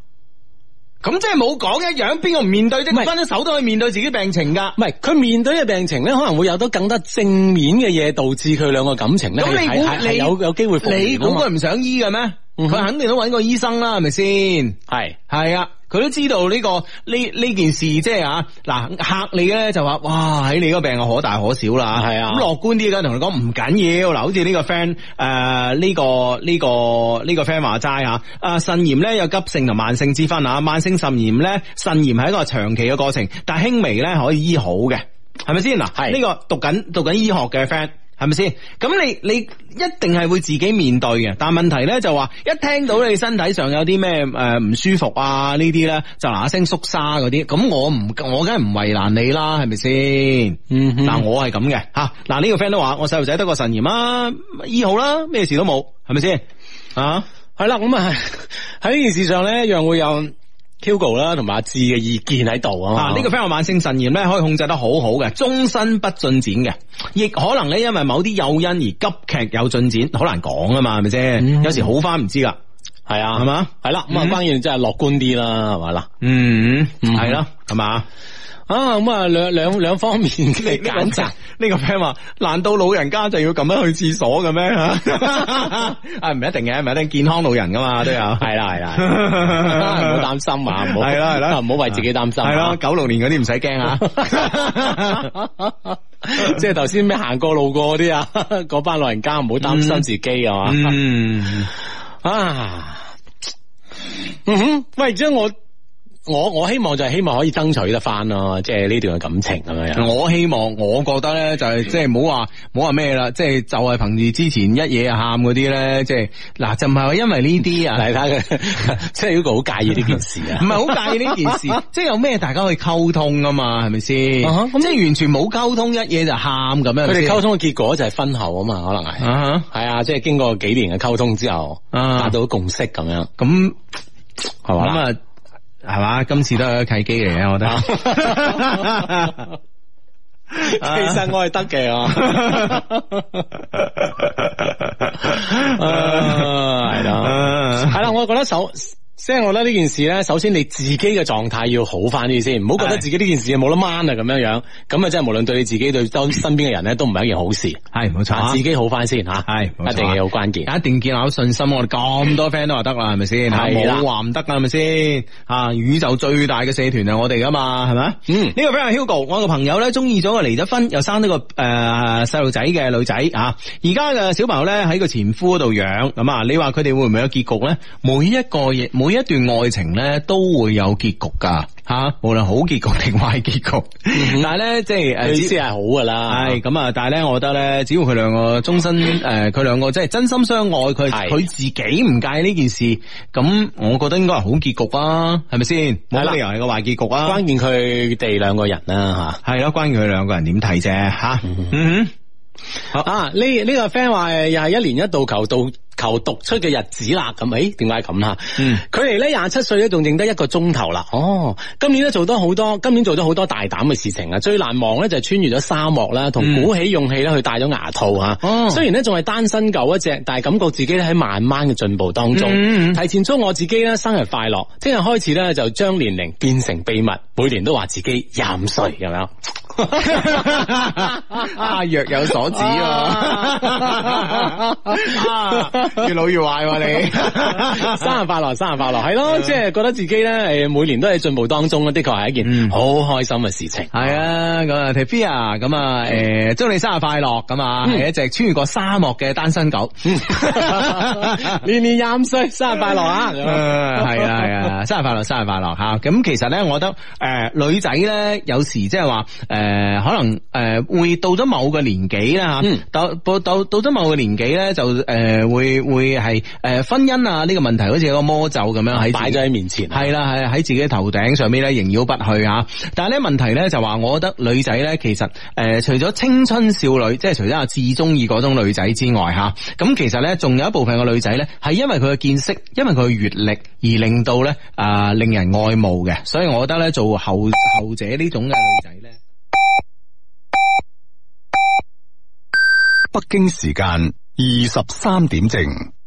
A: 哼，咁即係冇講一樣，邊個唔面對啫？
C: 唔係
A: 分咗手都可以面對自己病情㗎。
C: 唔係，佢面對嘅病情咧，可能會有得更加正面嘅嘢，導致佢兩個感情咧
A: 咁你
C: 係
A: 估
C: 係係
A: 你
C: 有有機會復
A: 你
C: 原
A: 估
C: 啊嘛
A: 佢唔想醫嘅咩？
C: 嗯
A: 佢
C: 哼
A: 肯定都揾個醫生啦，係咪先？
C: 係
A: 係啊，佢都知道呢、個呢呢件事，即係啊嗱嚇你咧就話哇喺你嗰病啊可大可小啦，
C: 係啊
A: 咁樂觀啲嘅同你講唔緊要嗱，好似呢個 friend 誒呢個呢、個呢、個 friend 話齋啊，啊腎炎咧有急性同慢性之分啊，慢性腎炎咧腎炎係一個長期嘅過程，但係輕微咧可以醫好嘅，係咪先嗱？
C: 係
A: 呢個讀緊讀緊醫學嘅 friend。係咪先？咁你你一定係會自己面對嘅，但問題咧就話，一聽到你身體上有啲咩诶唔舒服啊呢啲咧，就嗱嗱聲縮沙嗰啲，咁我唔我梗係唔為難你啦，係咪先？
C: 嗯哼
A: 嗱我係咁嘅吓，嗱呢個 friend 都話，我細路仔得個腎炎啊，醫好啦，咩事都冇，係咪先？啊，
C: 係啦，咁啊喺呢件事上咧，一樣會有 Hugo 啦同埋阿志嘅意見喺度啊
A: 啊！
C: 嘛。
A: 呢、個 friend 話慢性腎炎咧可以控制得好好嘅，終身不進展嘅，亦可能咧因為某啲誘因而急劇有進展，好難講啊嘛，係咪先？
C: 嗯
A: 有時好翻唔知噶，
C: 係啊，
A: 係嘛？
C: 係啦，咁啊，
A: 嗯
C: 關鍵真係樂觀啲
A: (laughs)
C: 啦，係咪啦？
A: 嗯，
C: 嗯
A: 係咯，係嘛？
C: 啊，咁啊，兩兩
A: (laughs)
C: 兩方面嘅揀擇。
A: 呢個 friend 話：難道老人家就要咁樣去廁所嘅
C: (laughs)
A: 咩？啊，唔一定嘅，唔一定健康老人噶嘛，都有。
C: (laughs) 係啦係啦，
A: (laughs) 嗯
C: 唔好擔心啊，唔好
A: 係啦係啦
C: 唔好為自己擔心啊。
A: 係咯，九六年嗰啲唔使驚啊。
C: (laughs) 即系头先咩行过路过嗰啲啊， (laughs) 嗰班老人家唔好担心自己啊嘛、
A: 嗯，
C: 啊，嗯哼，喂，即系我我我希望就係希望可以爭取得翻咯，即係呢段嘅感情咁樣。
A: 我希望，我覺得咧就係即係唔好話唔好話咩啦，即係就係憑住之前一夜喊嗰啲咧，即係嗱就唔係話因為呢啲
C: (laughs)
A: 啊，
C: 嚟睇下
A: (laughs)
C: 佢，即係 Hugo 好介意呢件事
A: 唔
C: 啊。
A: 係好介意呢件
C: (laughs)
A: 事，即係有咩大家去溝通啊嘛，係咪先？
C: 啊哈咁
A: 即係完全冇溝通，一嘢就喊咁樣。
C: (laughs) 佢哋溝
A: 通
C: 通嘅結果就係婚後啊嘛，可能係
A: 啊
C: 係啊，即係經過幾年嘅溝通之後，
A: 哈啊
C: 達，到共識咁樣，
A: 咁
C: 係
A: 咁
C: 嘛？
A: 啊，係嘛？今次都係一個契機嚟嘅，我覺得。
C: (laughs) 其實我係得嘅啊， (laughs) 係啦，
A: 啊
C: 係啦，我覺得首。即係我覺得呢件事咧，首先你自己嘅狀態要好翻啲先，唔好覺得
A: 係
C: 自己呢件事冇得掹啊咁樣樣，咁啊真係無論對你自己對周身邊嘅人咧，都唔係一件好事。
A: (laughs) 係冇錯啊
C: 啊，自己好翻先吓，
A: 係冇錯啊
C: 一定係好關鍵。
A: 一定建立信心，我哋咁多 friend 都話得啦，係咪先？嚇
C: 係啦
A: 冇話唔得啦，係咪先？啊，宇宙最大嘅社團係我哋噶嘛，係咪？
C: 嗯
A: 呢個 friend 係 Hugo，我有個朋友咧中意咗個離咗婚又生咗個誒細路仔嘅女仔啊，而家嘅小朋友咧喺個前夫嗰度養，咁啊，你話佢哋會唔會有結局咧？每一個嘢，每一段愛情咧都會有結局噶吓、啊無論好結局定壞結局，
C: 嗯
A: 但係咧即係
C: 佢
A: 誒
C: 意思係好噶啦，
A: 啊系咁啊！但系咧，我覺得咧，只要佢兩個終身诶，佢、兩個即係真心相愛，佢
C: 係
A: 佢自己唔介意呢件事，咁我覺得應該係好結局啊，係咪先？
C: 係
A: 冇
C: 啦
A: 理由係個壞結局啊！
C: 關鍵佢哋兩個人啊啦
A: 係咯，關鍵佢兩個人點睇啫吓。嗯哼，
C: 吓。啊，呢呢個 friend 話誒又係一年一度求到求讀出嘅日子啦，咁誒點解咁啊啦？
A: 嗯，
C: 距離咧廿七歲咧仲剩得一個鐘頭啦。哦，今年咧做咗好多，今年做咗好多大膽嘅事情啊！最難忘咧就係穿越咗沙漠啦，同
A: 嗯
C: 鼓起勇氣咧去戴咗牙套啊。
A: 哦
C: 雖然咧仲係單身狗一隻，但係感覺自己咧喺慢慢嘅進步當中。
A: 嗯嗯
C: 提前祝我自己咧生日快樂！聽日開始咧就將年齡變成秘密，每年都話自己廿五歲咁樣。
A: 啊，若有所指啊！啊越老越壞喎、
C: (laughs) 生日快樂，生日快樂，係咯，即係覺得自己咧，诶，每年都喺進步當中，啊的確係一
A: 嗯
C: 件好開心嘅事情。
A: 系啊，咁啊 t i f i a 咁啊，诶，祝你生日快樂咁啊，係一隻穿越過沙漠嘅單身狗。 (laughs)
C: 年年廿五歲，生日快樂啊！咁樣
A: 系啊系啊，生日快樂，生日快樂吓！咁其實咧，我覺得诶、呃女仔咧，有時即係話诶，可能诶、呃、会到咗某個年紀啦吓
C: 嗯，
A: 到到到到咗某個年紀咧，就诶、呃、会会系诶、呃婚姻啊呢、個問題好似有個魔咒咁樣喺自己
C: 擺咗喺面前，啊
A: 系啦，系喺自己頭頂上面咧萦繞不去啊！但係咧問題咧就話，我覺得女仔咧其實诶、呃除咗青春少女，即係除咗阿志中意嗰種女仔之外吓，咁其實咧仲有一部分嘅女仔咧係因為佢嘅見識，因為佢嘅閱歷而令到咧啊、令人愛慕嘅，所以我覺得咧做後後者呢種嘅女仔咧。
E: 北京時間二十三點正。